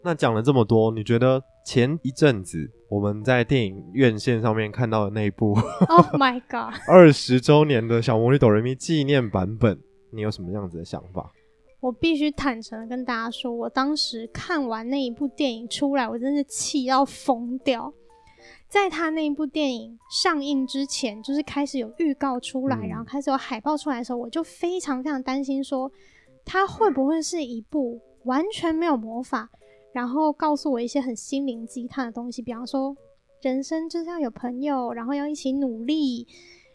[SPEAKER 1] 那讲了这么多，你觉得前一阵子我们在电影院线上面看到的那一 部
[SPEAKER 2] Oh my god！
[SPEAKER 1] 二十周年的小魔女哆瑞咪纪念版本，你有什么样子的想法？
[SPEAKER 2] 我必须坦诚的跟大家说，我当时看完那一部电影出来，我真是气到疯掉。在他那一部电影上映之前，就是开始有预告出来，
[SPEAKER 1] 嗯
[SPEAKER 2] 然后开始有海报出来的时候，我就非常非常担心说，它会不会是一部完全没有魔法，然后告诉我一些很心灵鸡汤的东西，比方说人生就是要有朋友，然后要一起努力，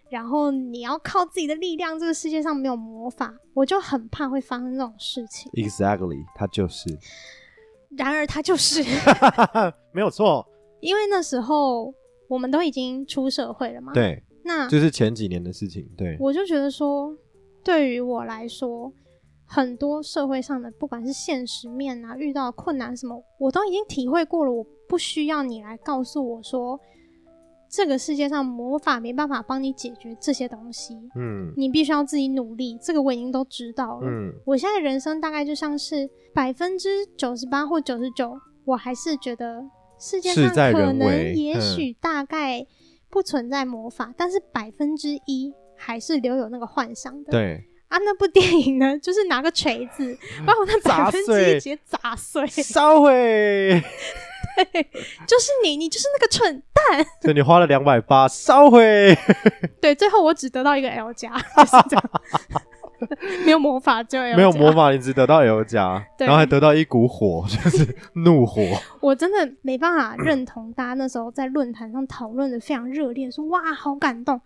[SPEAKER 2] 然后你要靠自己的力量。这个世界上没有魔法，我就很怕会发生这种事情。
[SPEAKER 1] Exactly，它就是，
[SPEAKER 2] 然而，它就是。
[SPEAKER 1] 没有错，
[SPEAKER 2] 因为那时候我们都已经出社会了嘛。。
[SPEAKER 1] 对，
[SPEAKER 2] 那
[SPEAKER 1] 就是前几年的事情，对，
[SPEAKER 2] 我就觉得说，对于我来说，很多社会上的不管是现实面啊，遇到困难什么，我都已经体会过了。我不需要你来告诉我说，这个世界上魔法没办法帮你解决这些东西，
[SPEAKER 1] 嗯
[SPEAKER 2] 你必须要自己努力。这个我已经都知道了。
[SPEAKER 1] 嗯。
[SPEAKER 2] 我现在人生大概就像是百分之九十八或九十九，我还是觉得世界上
[SPEAKER 1] 事在
[SPEAKER 2] 可
[SPEAKER 1] 人
[SPEAKER 2] 能
[SPEAKER 1] 为嗯
[SPEAKER 2] 也许大概不存在魔法，但是百分之一还是留有那个幻想的。
[SPEAKER 1] 对，
[SPEAKER 2] 啊，那部电影呢，就是拿个锤子把我那
[SPEAKER 1] 嗯砸
[SPEAKER 2] 百分之一
[SPEAKER 1] 碎
[SPEAKER 2] 直接砸碎，
[SPEAKER 1] 烧 毁，
[SPEAKER 2] 就是你，你就是那个蠢蛋。
[SPEAKER 1] 所以你花了两百八，烧毁，
[SPEAKER 2] 对，最后我只得到一个 L 加， 就是这样， 没有魔法，只有 L 加
[SPEAKER 1] 没有魔。法，你只得到 L 加，
[SPEAKER 2] 对
[SPEAKER 1] 然后还得到一股火， 就是怒火。
[SPEAKER 2] 我真的没办法
[SPEAKER 1] 嗯
[SPEAKER 2] 认同大家那时候在论坛上讨论的非常热烈，说哇好感动。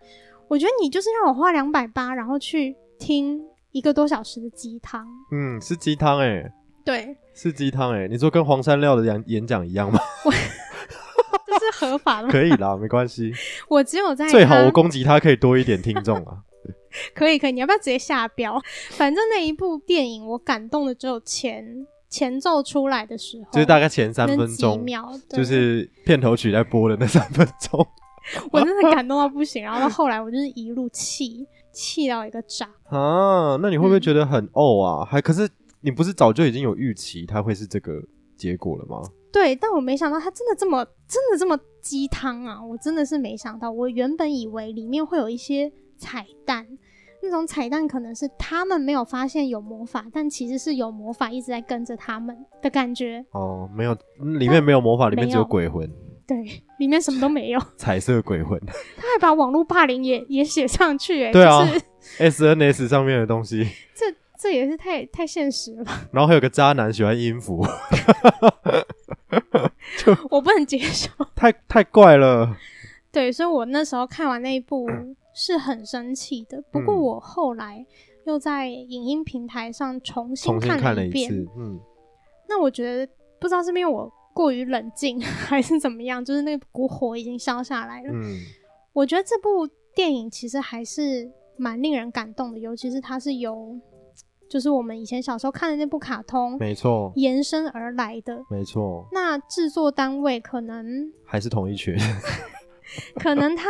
[SPEAKER 2] 我觉得你就是让我花两百八，然后去听一个多小时的鸡汤。
[SPEAKER 1] 嗯，是鸡汤哎，
[SPEAKER 2] 对，
[SPEAKER 1] 是鸡汤哎，你说跟黄山料的演演讲一样吗？
[SPEAKER 2] 这是合法的吗？
[SPEAKER 1] 可以啦，没关系，
[SPEAKER 2] 我只有在
[SPEAKER 1] 最好
[SPEAKER 2] 他
[SPEAKER 1] 我攻击他可以多一点听众 啊。
[SPEAKER 2] 可以可以，你要不要直接下标？反正那一部电影我感动的只有前前奏出来的时候，
[SPEAKER 1] 就是大概前三分
[SPEAKER 2] 跟几
[SPEAKER 1] 钟，
[SPEAKER 2] 秒，对
[SPEAKER 1] 就是片头曲在播的那三分钟。
[SPEAKER 2] 我真的感动到不行。然后到后来我就是一路气气到一个炸，
[SPEAKER 1] 啊，那你会不会
[SPEAKER 2] 嗯
[SPEAKER 1] 觉得很哦啊？还可是你不是早就已经有预期它会是这个结果了吗？
[SPEAKER 2] 对，但我没想到他真的这么真的这么鸡汤啊！我真的是没想到，我原本以为里面会有一些彩蛋，那种彩蛋可能是他们没有发现有魔法，但其实是有魔法一直在跟着他们的感觉。
[SPEAKER 1] 哦，没有，嗯里面没有魔法，里面
[SPEAKER 2] 没
[SPEAKER 1] 只有
[SPEAKER 2] 有
[SPEAKER 1] 鬼魂，
[SPEAKER 2] 对，里面什么都没有，
[SPEAKER 1] 彩色鬼魂
[SPEAKER 2] 他还把网络霸凌也也写上去、欸，
[SPEAKER 1] 对啊
[SPEAKER 2] 就是
[SPEAKER 1] ，SNS 上面的东西。
[SPEAKER 2] 这这也是太太现实了吧，
[SPEAKER 1] 然后还有个渣男喜欢音符，
[SPEAKER 2] 我不能接受。
[SPEAKER 1] 太太怪了。
[SPEAKER 2] 对，所以我那时候看完那一部是很生气的。不过
[SPEAKER 1] 嗯
[SPEAKER 2] 我后来又在影音平台上重新
[SPEAKER 1] 重新看了
[SPEAKER 2] 一
[SPEAKER 1] 一
[SPEAKER 2] 遍。
[SPEAKER 1] 次，嗯，
[SPEAKER 2] 那我觉得不知道是不是因为我过于冷静， 还是怎么样，就是那股火已经烧下来了。
[SPEAKER 1] 嗯，
[SPEAKER 2] 我觉得这部电影其实还是蛮令人感动的，尤其是它是由就是我们以前小时候看的那部卡通
[SPEAKER 1] 没错，
[SPEAKER 2] 延伸而来的。
[SPEAKER 1] 没错，
[SPEAKER 2] 那制作单位可能
[SPEAKER 1] 还是同一群，
[SPEAKER 2] 可能他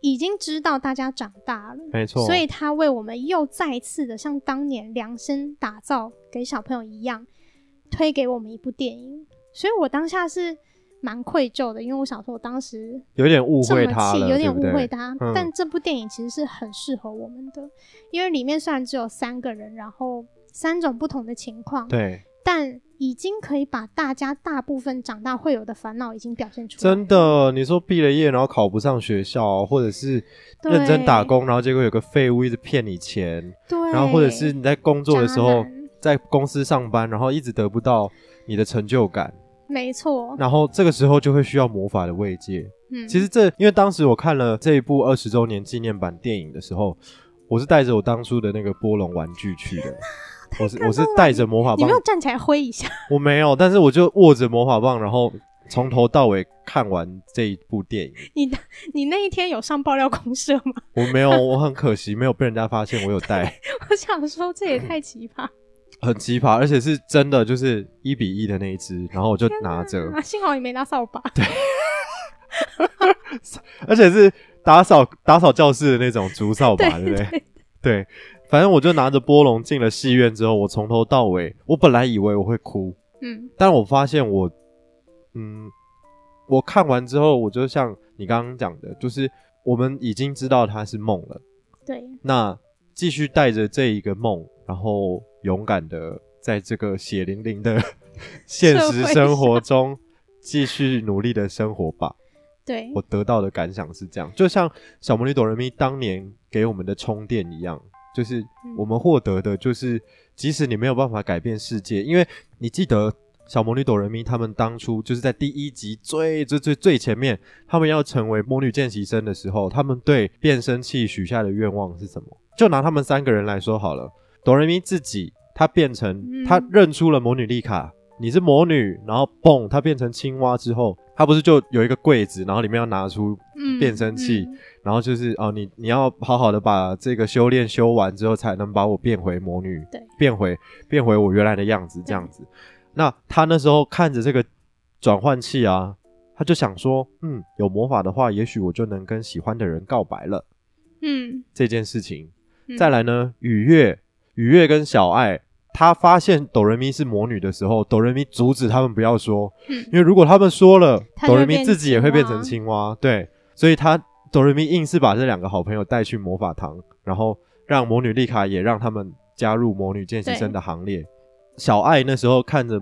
[SPEAKER 2] 已经知道大家长大了，
[SPEAKER 1] 没错。
[SPEAKER 2] 所以他为我们又再次的像当年量身打造给小朋友一样，推给我们一部电影。所以我当下是蛮愧疚的，因为我想说，我当时
[SPEAKER 1] 有点误
[SPEAKER 2] 这
[SPEAKER 1] 会他
[SPEAKER 2] 么气，
[SPEAKER 1] 了，
[SPEAKER 2] 有点
[SPEAKER 1] 对
[SPEAKER 2] 误
[SPEAKER 1] 不
[SPEAKER 2] 会
[SPEAKER 1] 对？
[SPEAKER 2] 他。
[SPEAKER 1] 嗯
[SPEAKER 2] 但这部电影其实是很适合我们的，因为里面虽然只有三个人，然后三种不同的情况，
[SPEAKER 1] 对，
[SPEAKER 2] 但已经可以把大家大部分长大会有的烦恼已经表现出来了。
[SPEAKER 1] 真的，你说毕了业然后考不上学校，或者是认真打
[SPEAKER 2] 对
[SPEAKER 1] 工，然后结果有个废物一直骗你钱，
[SPEAKER 2] 对，
[SPEAKER 1] 然后或者是你在工作的时候
[SPEAKER 2] 渣，男
[SPEAKER 1] 在公司上班，然后一直得不到你的成就感，
[SPEAKER 2] 没错，
[SPEAKER 1] 然后这个时候就会需要魔法的慰藉。
[SPEAKER 2] 嗯，
[SPEAKER 1] 其实这因为当时我看了这一部二十周年纪念版电影的时候，我是带着我当初的那个波龙玩具去的，我是我是带着魔法
[SPEAKER 2] 你
[SPEAKER 1] 棒
[SPEAKER 2] 没有站起来挥一下，
[SPEAKER 1] 我没有，但是我就握着魔法棒，然后从头到尾看完这一部电影。
[SPEAKER 2] 你你那一天有上爆料公社吗？
[SPEAKER 1] 我没有，我很可惜没有被人家发现我有带，
[SPEAKER 2] 我想说这也太奇葩，
[SPEAKER 1] 很奇葩，而且是真的就是一比一的那一只，然后我就拿着，
[SPEAKER 2] 啊，幸好你没拿扫把，
[SPEAKER 1] 而且是打扫打扫教室的那种竹扫把，
[SPEAKER 2] 对
[SPEAKER 1] 对不对？ 对，反正我就拿着波龙进了戏院之后，我从头到尾，我本来以为我会哭，
[SPEAKER 2] 嗯，
[SPEAKER 1] 但我发现我，嗯，我看完之后，我就像你刚刚讲的，就是我们已经知道它是梦了，
[SPEAKER 2] 对，
[SPEAKER 1] 那继续带着这一个梦，然后勇敢的在这个血淋淋的 现实生活中继续努力的生活吧。
[SPEAKER 2] 对
[SPEAKER 1] 我，得到的感想是这样，就像小魔女哆瑞咪当年给我们的充电一样，就是我们获得的就是，即使你没有办法改变世界，因为你记得小魔女哆瑞咪他们当初就是在第一集最最最最前面，他们要成为魔女见习生的时候，他们对变声器许下的愿望是什么？就拿他们三个人来说好了，哆瑞咪自己，她变成
[SPEAKER 2] 嗯
[SPEAKER 1] 她认出了魔女丽卡，你是魔女，然后嘣，她变成青蛙之后，她不是就有一个柜子，然后里面要拿出
[SPEAKER 2] 嗯
[SPEAKER 1] 变声器，
[SPEAKER 2] 嗯
[SPEAKER 1] 然后就是哦，你你要好好的把这个修炼修完之后，才能把我变回魔女，
[SPEAKER 2] 对，
[SPEAKER 1] 变回变回我原来的样子，这样子。那他那时候看着这个转换器啊，他就想说，嗯，有魔法的话，也许我就能跟喜欢的人告白了
[SPEAKER 2] 嗯，
[SPEAKER 1] 这件事情。
[SPEAKER 2] 嗯
[SPEAKER 1] 再，来呢，雨月，雨月跟小爱，他发现哆瑞咪是魔女的时候，哆瑞咪阻止他们不要说，
[SPEAKER 2] 嗯
[SPEAKER 1] 因为如果他们说了，
[SPEAKER 2] 他就
[SPEAKER 1] 哆
[SPEAKER 2] 会
[SPEAKER 1] 瑞咪自己也会变
[SPEAKER 2] 变
[SPEAKER 1] 成
[SPEAKER 2] 成
[SPEAKER 1] 青蛙，对，所以他哆瑞咪硬是把这两个好朋友带去魔法堂，然后让魔女丽卡也让他们加入魔女见习生的行列。小爱那时候看着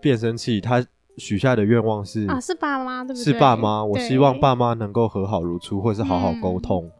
[SPEAKER 1] 变声器，她许下的愿望是
[SPEAKER 2] 啊，是爸妈对不对？
[SPEAKER 1] 嗯是爸妈，我
[SPEAKER 2] 对嗯
[SPEAKER 1] 希望爸妈能够和好如初，或是好好沟通。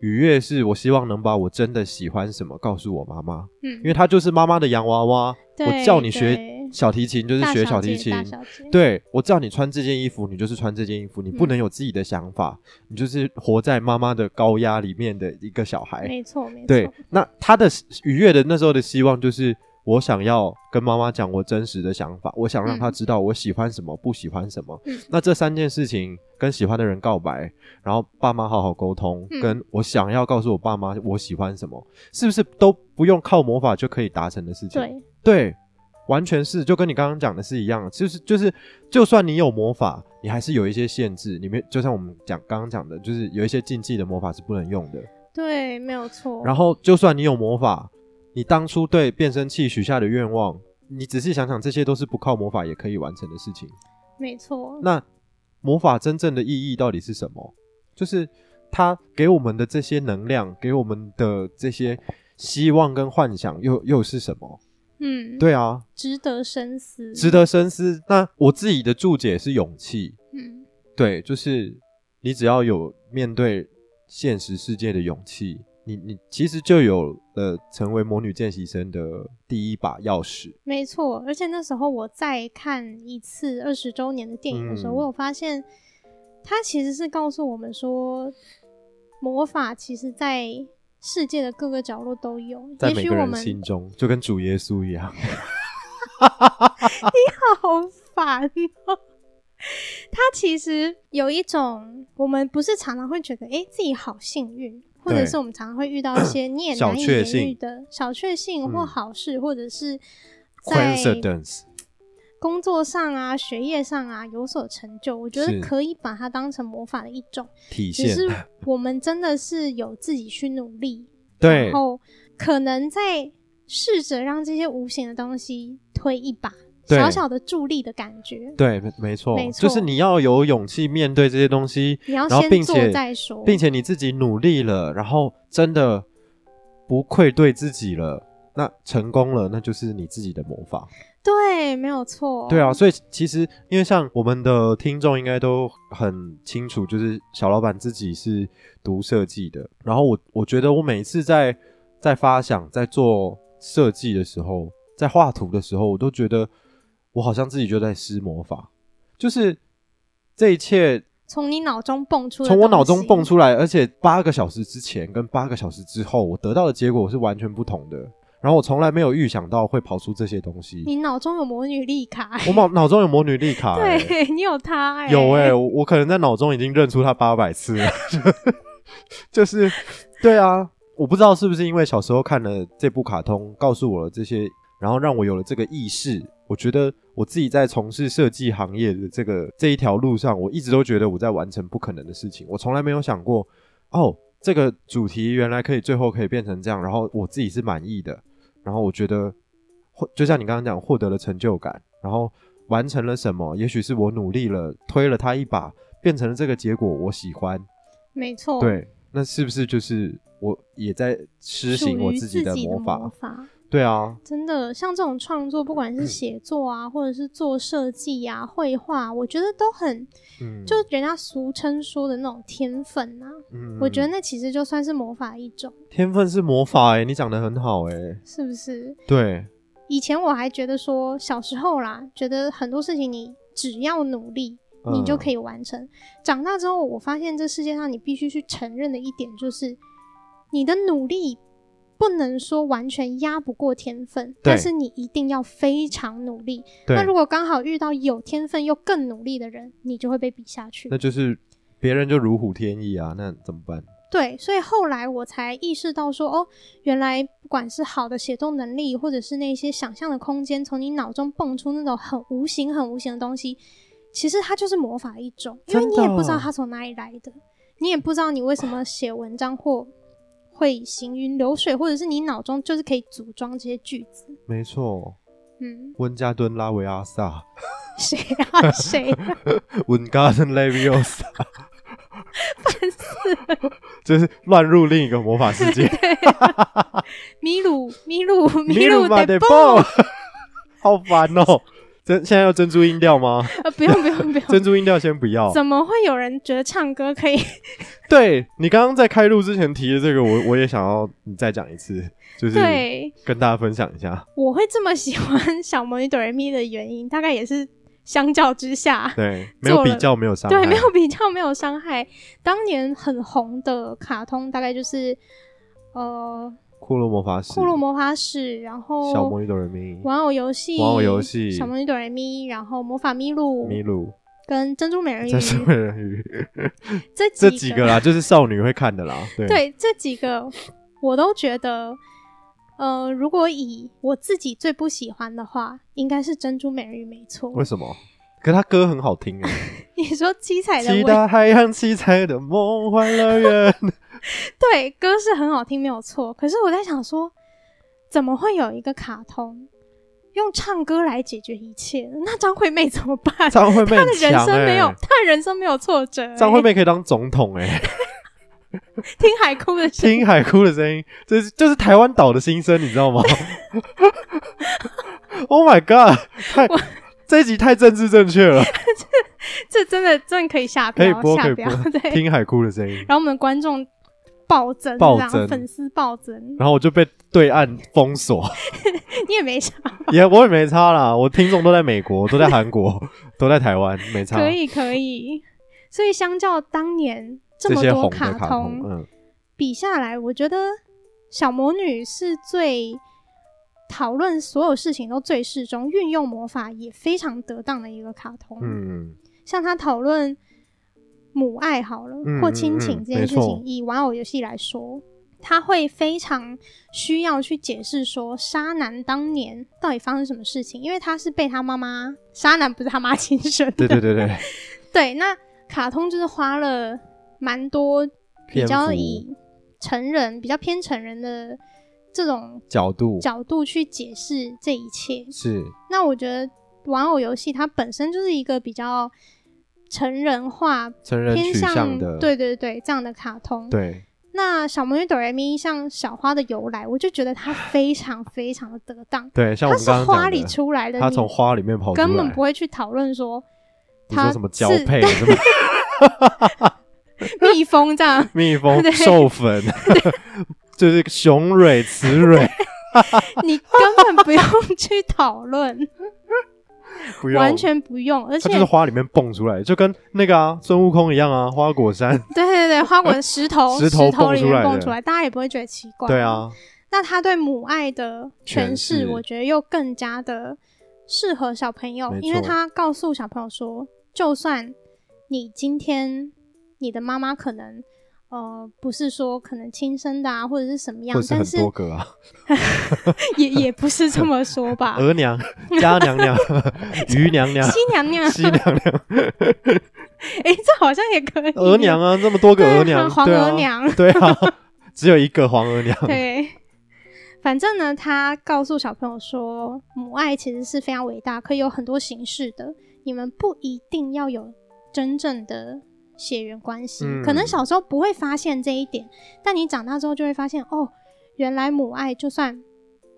[SPEAKER 1] 愉悦是我希望能把我真的喜欢什么告诉我妈妈，
[SPEAKER 2] 嗯，因
[SPEAKER 1] 因为她就是妈妈的洋娃娃。我叫你学
[SPEAKER 2] 学
[SPEAKER 1] 小提琴就是学小提琴，
[SPEAKER 2] 大小姐，
[SPEAKER 1] 对我叫你穿这件衣服，你就是穿这件衣服，你
[SPEAKER 2] 嗯
[SPEAKER 1] 不能有自己的想法，你就是活在妈妈的高压里面的一个小孩。
[SPEAKER 2] 没错没错，
[SPEAKER 1] 对，那他的愉悦的那时候的希望就是，我想要跟妈妈讲我真实的想法，我想让她
[SPEAKER 2] 嗯
[SPEAKER 1] 知道我喜欢什么，不喜欢什么。
[SPEAKER 2] 嗯
[SPEAKER 1] 那这三件事情，跟喜欢的人告白，然后爸妈好好沟通，
[SPEAKER 2] 嗯
[SPEAKER 1] 跟我想要告诉我爸妈我喜欢什么，是不是都不用靠魔法就可以达成的事情？
[SPEAKER 2] 对，
[SPEAKER 1] 对，完全是，就跟你刚刚讲的是一样的，就是就是，就算你有魔法，你还是有一些限制，里面就像我们讲刚刚讲的，就是有一些禁忌的魔法是不能用的。
[SPEAKER 2] 对，没有错。
[SPEAKER 1] 然后，就算你有魔法，你当初对变声器许下的愿望，你仔细想想，这些都是不靠魔法也可以完成的事情。
[SPEAKER 2] 没错，
[SPEAKER 1] 那魔法真正的意义到底是什么？就是它给我们的这些能量，给我们的这些希望跟幻想又，又是什么？
[SPEAKER 2] 嗯，，
[SPEAKER 1] 对啊，
[SPEAKER 2] 值得深思，
[SPEAKER 1] 值得深思。那我自己的注解是勇气，
[SPEAKER 2] 嗯，
[SPEAKER 1] 对，就是你只要有面对现实世界的勇气，你你其实就有了成为魔女见习生的第一把钥匙。
[SPEAKER 2] 没错。而且那时候我再看一次二十周年的电影的时
[SPEAKER 1] 嗯
[SPEAKER 2] 候，我有发现，它其实是告诉我们说，魔法其实在世界的各个角落都有。
[SPEAKER 1] 在
[SPEAKER 2] 也
[SPEAKER 1] 每
[SPEAKER 2] 许
[SPEAKER 1] 个
[SPEAKER 2] 我
[SPEAKER 1] 人
[SPEAKER 2] 们
[SPEAKER 1] 心中，就跟主耶稣一样，
[SPEAKER 2] 好烦哦。他其实有一种，我们不是常常会觉得，哎、自己好幸运，或者
[SPEAKER 1] 对
[SPEAKER 2] 是我们常常会 遇到一些你也
[SPEAKER 1] 小
[SPEAKER 2] 难以
[SPEAKER 1] 确
[SPEAKER 2] 言
[SPEAKER 1] 幸
[SPEAKER 2] 喻的小确幸或
[SPEAKER 1] 嗯
[SPEAKER 2] 好事，或者是在
[SPEAKER 1] coincidence，
[SPEAKER 2] 工作上啊、学业上啊有所成就。我觉
[SPEAKER 1] 是
[SPEAKER 2] 得可以把它当成魔法的一种，
[SPEAKER 1] 体
[SPEAKER 2] 只
[SPEAKER 1] 现
[SPEAKER 2] 是我们真的是有自己去努力，
[SPEAKER 1] 对
[SPEAKER 2] 然后可能在试着让这些无形的东西推一把，
[SPEAKER 1] 对
[SPEAKER 2] 小小的助力的感觉。
[SPEAKER 1] 对，没没错，
[SPEAKER 2] 没
[SPEAKER 1] 就是
[SPEAKER 2] 错
[SPEAKER 1] 你要有勇气面对这些东西，
[SPEAKER 2] 你要
[SPEAKER 1] 然后
[SPEAKER 2] 先
[SPEAKER 1] 并
[SPEAKER 2] 做
[SPEAKER 1] 且
[SPEAKER 2] 再说，
[SPEAKER 1] 并且你自己努力了，然后真的不愧对自己了，那成功了，那就是你自己的魔法。
[SPEAKER 2] 对，没有错。
[SPEAKER 1] 对啊，，所以其实因为像我们的听众应该都很清楚，就是小老板自己是读设计的，然后我我觉得我每次在在发想、在做设计的时候，在画图的时候，我都觉得我好像自己就在施魔法，就是这一切
[SPEAKER 2] 从你脑中蹦出，
[SPEAKER 1] 从我脑中蹦，出来，而且八个小时之前跟八个小时之后，我得到的结果是完全不同的。然后我从来没有预想到会跑出这些东西。
[SPEAKER 2] 你脑中有魔女丽卡，
[SPEAKER 1] 我脑脑中有魔女丽卡、欸，
[SPEAKER 2] 对你有她、哎，
[SPEAKER 1] 哎有哎、我我可能在脑中已经认出他八百次了， 就是对啊，我不知道是不是因为小时候看了这部卡通，告诉我了这些，然后让我有了这个意识。我觉得我自己在从事设计行业的这个这一条路上，我一直都觉得我在完成不可能的事情，我从来没有想过，哦，这个主题原来可以最后可以变成这样，然后我自己是满意的，然后我觉得获就像你刚刚讲，获得了成就感，然后完成了什么？也许是我努力了，推了他一把，变成了这个结果，我喜欢。
[SPEAKER 2] 没错，，
[SPEAKER 1] 对，那是不是就是我也在施
[SPEAKER 2] 属
[SPEAKER 1] 行我
[SPEAKER 2] 于
[SPEAKER 1] 自己的魔法？
[SPEAKER 2] 魔
[SPEAKER 1] 对啊，
[SPEAKER 2] 真的，像这种创作，不管
[SPEAKER 1] 嗯
[SPEAKER 2] 是写作啊，或者是做设计啊、绘画，我觉得都很，
[SPEAKER 1] 嗯，
[SPEAKER 2] 就人家俗称说的那种天分啊。
[SPEAKER 1] 嗯
[SPEAKER 2] 我觉得那其实就算是魔法一种，
[SPEAKER 1] 天分是魔法哎、你讲的很好哎、
[SPEAKER 2] 是不是？
[SPEAKER 1] 对，
[SPEAKER 2] 以前我还觉得说，小时候啦，觉得很多事情你只要努力，
[SPEAKER 1] 嗯
[SPEAKER 2] 你就可以完成。长大之后，我发现这世界上你必须去承认的一点就是，你的努力不能说完全压不过天分，但是你一定要非常努力。
[SPEAKER 1] 对
[SPEAKER 2] 那，如果刚好遇到有天分又更努力的人，你就会被比下去
[SPEAKER 1] 那。就是别人就如虎添翼啊，那怎么办？
[SPEAKER 2] 对，所以后来我才意识到说，哦，原来不管是好的写作能力，或者是那些想象的空间，从你脑中蹦出那种很无形、很无形的东西，其实它就是魔法一种，因为
[SPEAKER 1] 真
[SPEAKER 2] 你
[SPEAKER 1] 的
[SPEAKER 2] 也不知道它从哪里来的，你也不知道你为什么写文章或会行云流水，或者是你脑中就是可以组装这些句子。
[SPEAKER 1] 没错，
[SPEAKER 2] 嗯，
[SPEAKER 1] 温加敦拉维阿萨，
[SPEAKER 2] 谁啊谁啊？
[SPEAKER 1] 温加敦拉维阿萨， 就是乱入另一个魔法世界。
[SPEAKER 2] 米鲁米鲁
[SPEAKER 1] 米
[SPEAKER 2] 鲁
[SPEAKER 1] 马
[SPEAKER 2] 得
[SPEAKER 1] 得
[SPEAKER 2] 爆
[SPEAKER 1] 爆， 好烦哦！真现在要珍珠音调 吗？
[SPEAKER 2] 呃，不用不用 不用，
[SPEAKER 1] 珍珠音调先不要。
[SPEAKER 2] 怎么会有人觉得唱歌可以？
[SPEAKER 1] 对你刚刚在开录之前提的这个，我我也想要你再讲一次， 就是
[SPEAKER 2] 对，
[SPEAKER 1] 跟大家分享一下。
[SPEAKER 2] 我会这么喜欢小魔女哆来咪的原因，大概也是相较之下，
[SPEAKER 1] 对，没有
[SPEAKER 2] 做了
[SPEAKER 1] 比较，没有伤害，
[SPEAKER 2] 对，没有比较，没有伤害。当年很红的卡通大概就是呃
[SPEAKER 1] 骷髅魔法
[SPEAKER 2] 《
[SPEAKER 1] 使，
[SPEAKER 2] 库洛魔法使》，然后
[SPEAKER 1] 小魔女哆人咪，
[SPEAKER 2] 玩偶游戏、
[SPEAKER 1] 玩偶游戏
[SPEAKER 2] 小魔女哆来咪，然后魔法咪路
[SPEAKER 1] 咪露，
[SPEAKER 2] 跟珍珠美人鱼
[SPEAKER 1] 再是美人鱼，
[SPEAKER 2] 这
[SPEAKER 1] 这
[SPEAKER 2] 几
[SPEAKER 1] 几个啦，就是少女会看的啦。对，
[SPEAKER 2] 对这几个，我都觉得，呃，如果以我自己最不喜欢的话，应该是珍珠美人鱼没错。
[SPEAKER 1] 为什么？可他歌很好听诶， 欸
[SPEAKER 2] 你说七彩的
[SPEAKER 1] 期
[SPEAKER 2] 吻，
[SPEAKER 1] 待海洋，七彩的梦幻乐 园。
[SPEAKER 2] 对，歌是很好听，没有错。可是我在想说，怎么会有一个卡通用唱歌来解决一切？那张惠妹怎么办？
[SPEAKER 1] 张惠妹
[SPEAKER 2] 她
[SPEAKER 1] 很
[SPEAKER 2] 的
[SPEAKER 1] 强
[SPEAKER 2] 人生没有，
[SPEAKER 1] 欸
[SPEAKER 2] 她的人生没有挫折、
[SPEAKER 1] 张惠
[SPEAKER 2] 欸
[SPEAKER 1] 妹可以当总统哎、
[SPEAKER 2] 听海哭的声音，
[SPEAKER 1] 听海哭的声音，这是这是台湾岛的心声，你知道吗？Oh my god！太
[SPEAKER 2] 我
[SPEAKER 1] 这一集太政治正确了，
[SPEAKER 2] 这真的真的可以下
[SPEAKER 1] 可
[SPEAKER 2] 标
[SPEAKER 1] 以，播可
[SPEAKER 2] 下
[SPEAKER 1] 以
[SPEAKER 2] 标
[SPEAKER 1] 播。
[SPEAKER 2] 对，
[SPEAKER 1] 听海哭的声音，
[SPEAKER 2] 然后我们观众暴增，
[SPEAKER 1] 暴
[SPEAKER 2] 这样
[SPEAKER 1] 增
[SPEAKER 2] 粉丝暴增，
[SPEAKER 1] 然后我就被对岸封锁，
[SPEAKER 2] 你也没想
[SPEAKER 1] 也我也没差啦，我听众都在美国，都在韩国， 都在台湾，没差。
[SPEAKER 2] 可以可以。所以相较当年这
[SPEAKER 1] 这
[SPEAKER 2] 么
[SPEAKER 1] 些
[SPEAKER 2] 多
[SPEAKER 1] 红的卡
[SPEAKER 2] 通
[SPEAKER 1] 嗯，
[SPEAKER 2] 比下来，我觉得小魔女是最讨论所有事情都最适中，运用魔法也非常得当的一个卡通。，
[SPEAKER 1] 嗯，
[SPEAKER 2] 像他讨论母爱好了，
[SPEAKER 1] 嗯
[SPEAKER 2] 或
[SPEAKER 1] 嗯
[SPEAKER 2] 亲情
[SPEAKER 1] 嗯
[SPEAKER 2] 这件事
[SPEAKER 1] 没
[SPEAKER 2] 情
[SPEAKER 1] 错，
[SPEAKER 2] 以玩偶游戏来说，他会非常需要去解释说沙男当年到底发生什么事情，因为他是被他妈妈，沙男不是他妈亲生的，
[SPEAKER 1] 对对对对，
[SPEAKER 2] 对，那卡通就是花了蛮多 比
[SPEAKER 1] 篇
[SPEAKER 2] 较
[SPEAKER 1] 幅
[SPEAKER 2] 以成人比较偏成人的这种
[SPEAKER 1] 角度
[SPEAKER 2] 角度去解释这一切，
[SPEAKER 1] 是
[SPEAKER 2] 那我觉得玩偶游戏它本身就是一个比较成人化、
[SPEAKER 1] 成人
[SPEAKER 2] 偏
[SPEAKER 1] 取
[SPEAKER 2] 向
[SPEAKER 1] 向的，
[SPEAKER 2] 对对对这样的卡通。
[SPEAKER 1] 对，，
[SPEAKER 2] 那小魔女哆来咪像小花的由来，我就觉得它非常非常的得当
[SPEAKER 1] 对，像我
[SPEAKER 2] 它
[SPEAKER 1] 们
[SPEAKER 2] 是
[SPEAKER 1] 刚刚
[SPEAKER 2] 花
[SPEAKER 1] 讲
[SPEAKER 2] 里
[SPEAKER 1] 的
[SPEAKER 2] 出来的，
[SPEAKER 1] 他
[SPEAKER 2] 你
[SPEAKER 1] 从花里面跑出来，
[SPEAKER 2] 根本不会去讨论说
[SPEAKER 1] 你说
[SPEAKER 2] 它
[SPEAKER 1] 什么交
[SPEAKER 2] 是
[SPEAKER 1] 配什么，
[SPEAKER 2] 蜜蜂这样
[SPEAKER 1] 蜜蜂
[SPEAKER 2] 对
[SPEAKER 1] 授粉， 就是雄蕊雌蕊，
[SPEAKER 2] 你根本不用去讨论，
[SPEAKER 1] 不用
[SPEAKER 2] 完，全不用，而
[SPEAKER 1] 它
[SPEAKER 2] 且
[SPEAKER 1] 就是花里面蹦出来，就跟那个啊孙悟空一样啊，花果山，
[SPEAKER 2] 对对对，花果石头
[SPEAKER 1] 哎 石头蹦
[SPEAKER 2] 里
[SPEAKER 1] 出
[SPEAKER 2] 面
[SPEAKER 1] 来的
[SPEAKER 2] 蹦出来，大家也不会觉得奇怪。
[SPEAKER 1] 对。啊，
[SPEAKER 2] 那他对母爱的诠
[SPEAKER 1] 诠
[SPEAKER 2] 释，
[SPEAKER 1] 释
[SPEAKER 2] 我觉得又更加的适合小朋友
[SPEAKER 1] 没，错
[SPEAKER 2] 因为他告诉小朋友说，就算你今天你的妈妈可能呃不是说可能亲生的啊，或者是什么样
[SPEAKER 1] 或者，是
[SPEAKER 2] 但
[SPEAKER 1] 很
[SPEAKER 2] 是
[SPEAKER 1] 多个啊，
[SPEAKER 2] 也也不是这么说 吧，
[SPEAKER 1] 额娘、家娘 娘、鱼娘 娘、
[SPEAKER 2] 西娘娘，
[SPEAKER 1] 西娘娘、
[SPEAKER 2] 哎，这好像也可以，
[SPEAKER 1] 额娘啊，这么多个
[SPEAKER 2] 对
[SPEAKER 1] 额
[SPEAKER 2] 啊
[SPEAKER 1] 娘，
[SPEAKER 2] 黄
[SPEAKER 1] 对
[SPEAKER 2] 额
[SPEAKER 1] 啊，
[SPEAKER 2] 娘
[SPEAKER 1] 对 啊，只有一个黄额 娘，
[SPEAKER 2] 对，反正呢，他告诉小朋友说，母爱其实是非常伟大，可以有很多形式的，你们不一定要有真正的血缘关系，
[SPEAKER 1] 嗯
[SPEAKER 2] 可能小时候不会发现这一点，但你长大之后就会发现，哦，原来母爱就算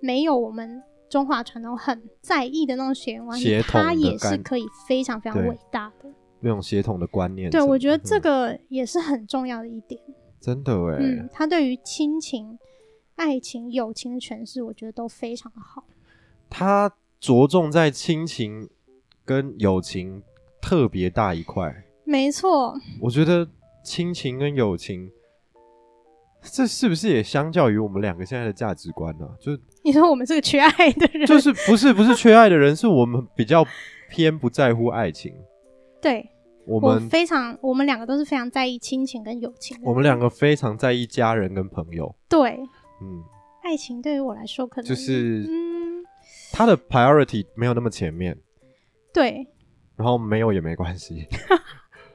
[SPEAKER 2] 没有我们。中华传统很在意的那种血缘关系，
[SPEAKER 1] 血统
[SPEAKER 2] 它
[SPEAKER 1] 的
[SPEAKER 2] 也是
[SPEAKER 1] 感
[SPEAKER 2] 可以非常非常
[SPEAKER 1] 对
[SPEAKER 2] 伟大的。
[SPEAKER 1] 那种血统的观念什
[SPEAKER 2] 对，
[SPEAKER 1] 么的，
[SPEAKER 2] 我觉得这
[SPEAKER 1] 嗯
[SPEAKER 2] 个也是很重要的一点。
[SPEAKER 1] 真的哎
[SPEAKER 2] 嗯，，他对于亲情、爱情、友情的诠释，我觉得都非常好。
[SPEAKER 1] 他着重在亲情跟友情特别大一块。
[SPEAKER 2] 没错，
[SPEAKER 1] 我觉得亲情跟友情，这是不是也相较于我们两个现在的价值观呢、 就
[SPEAKER 2] 你说我们是个缺爱的人，
[SPEAKER 1] 就是不是不是缺爱的人，是我们比较偏不在乎爱情。
[SPEAKER 2] 对
[SPEAKER 1] 我
[SPEAKER 2] 我
[SPEAKER 1] 们
[SPEAKER 2] 非常，我们两个都是非常在意亲情跟友情的人。
[SPEAKER 1] 我们两个非常在意家人跟朋友。
[SPEAKER 2] 对
[SPEAKER 1] 嗯，
[SPEAKER 2] 爱情对于我来说，可能
[SPEAKER 1] 就是
[SPEAKER 2] 嗯，
[SPEAKER 1] 他的 priority 没有那么前面，
[SPEAKER 2] 对
[SPEAKER 1] 然后没有也没关 系。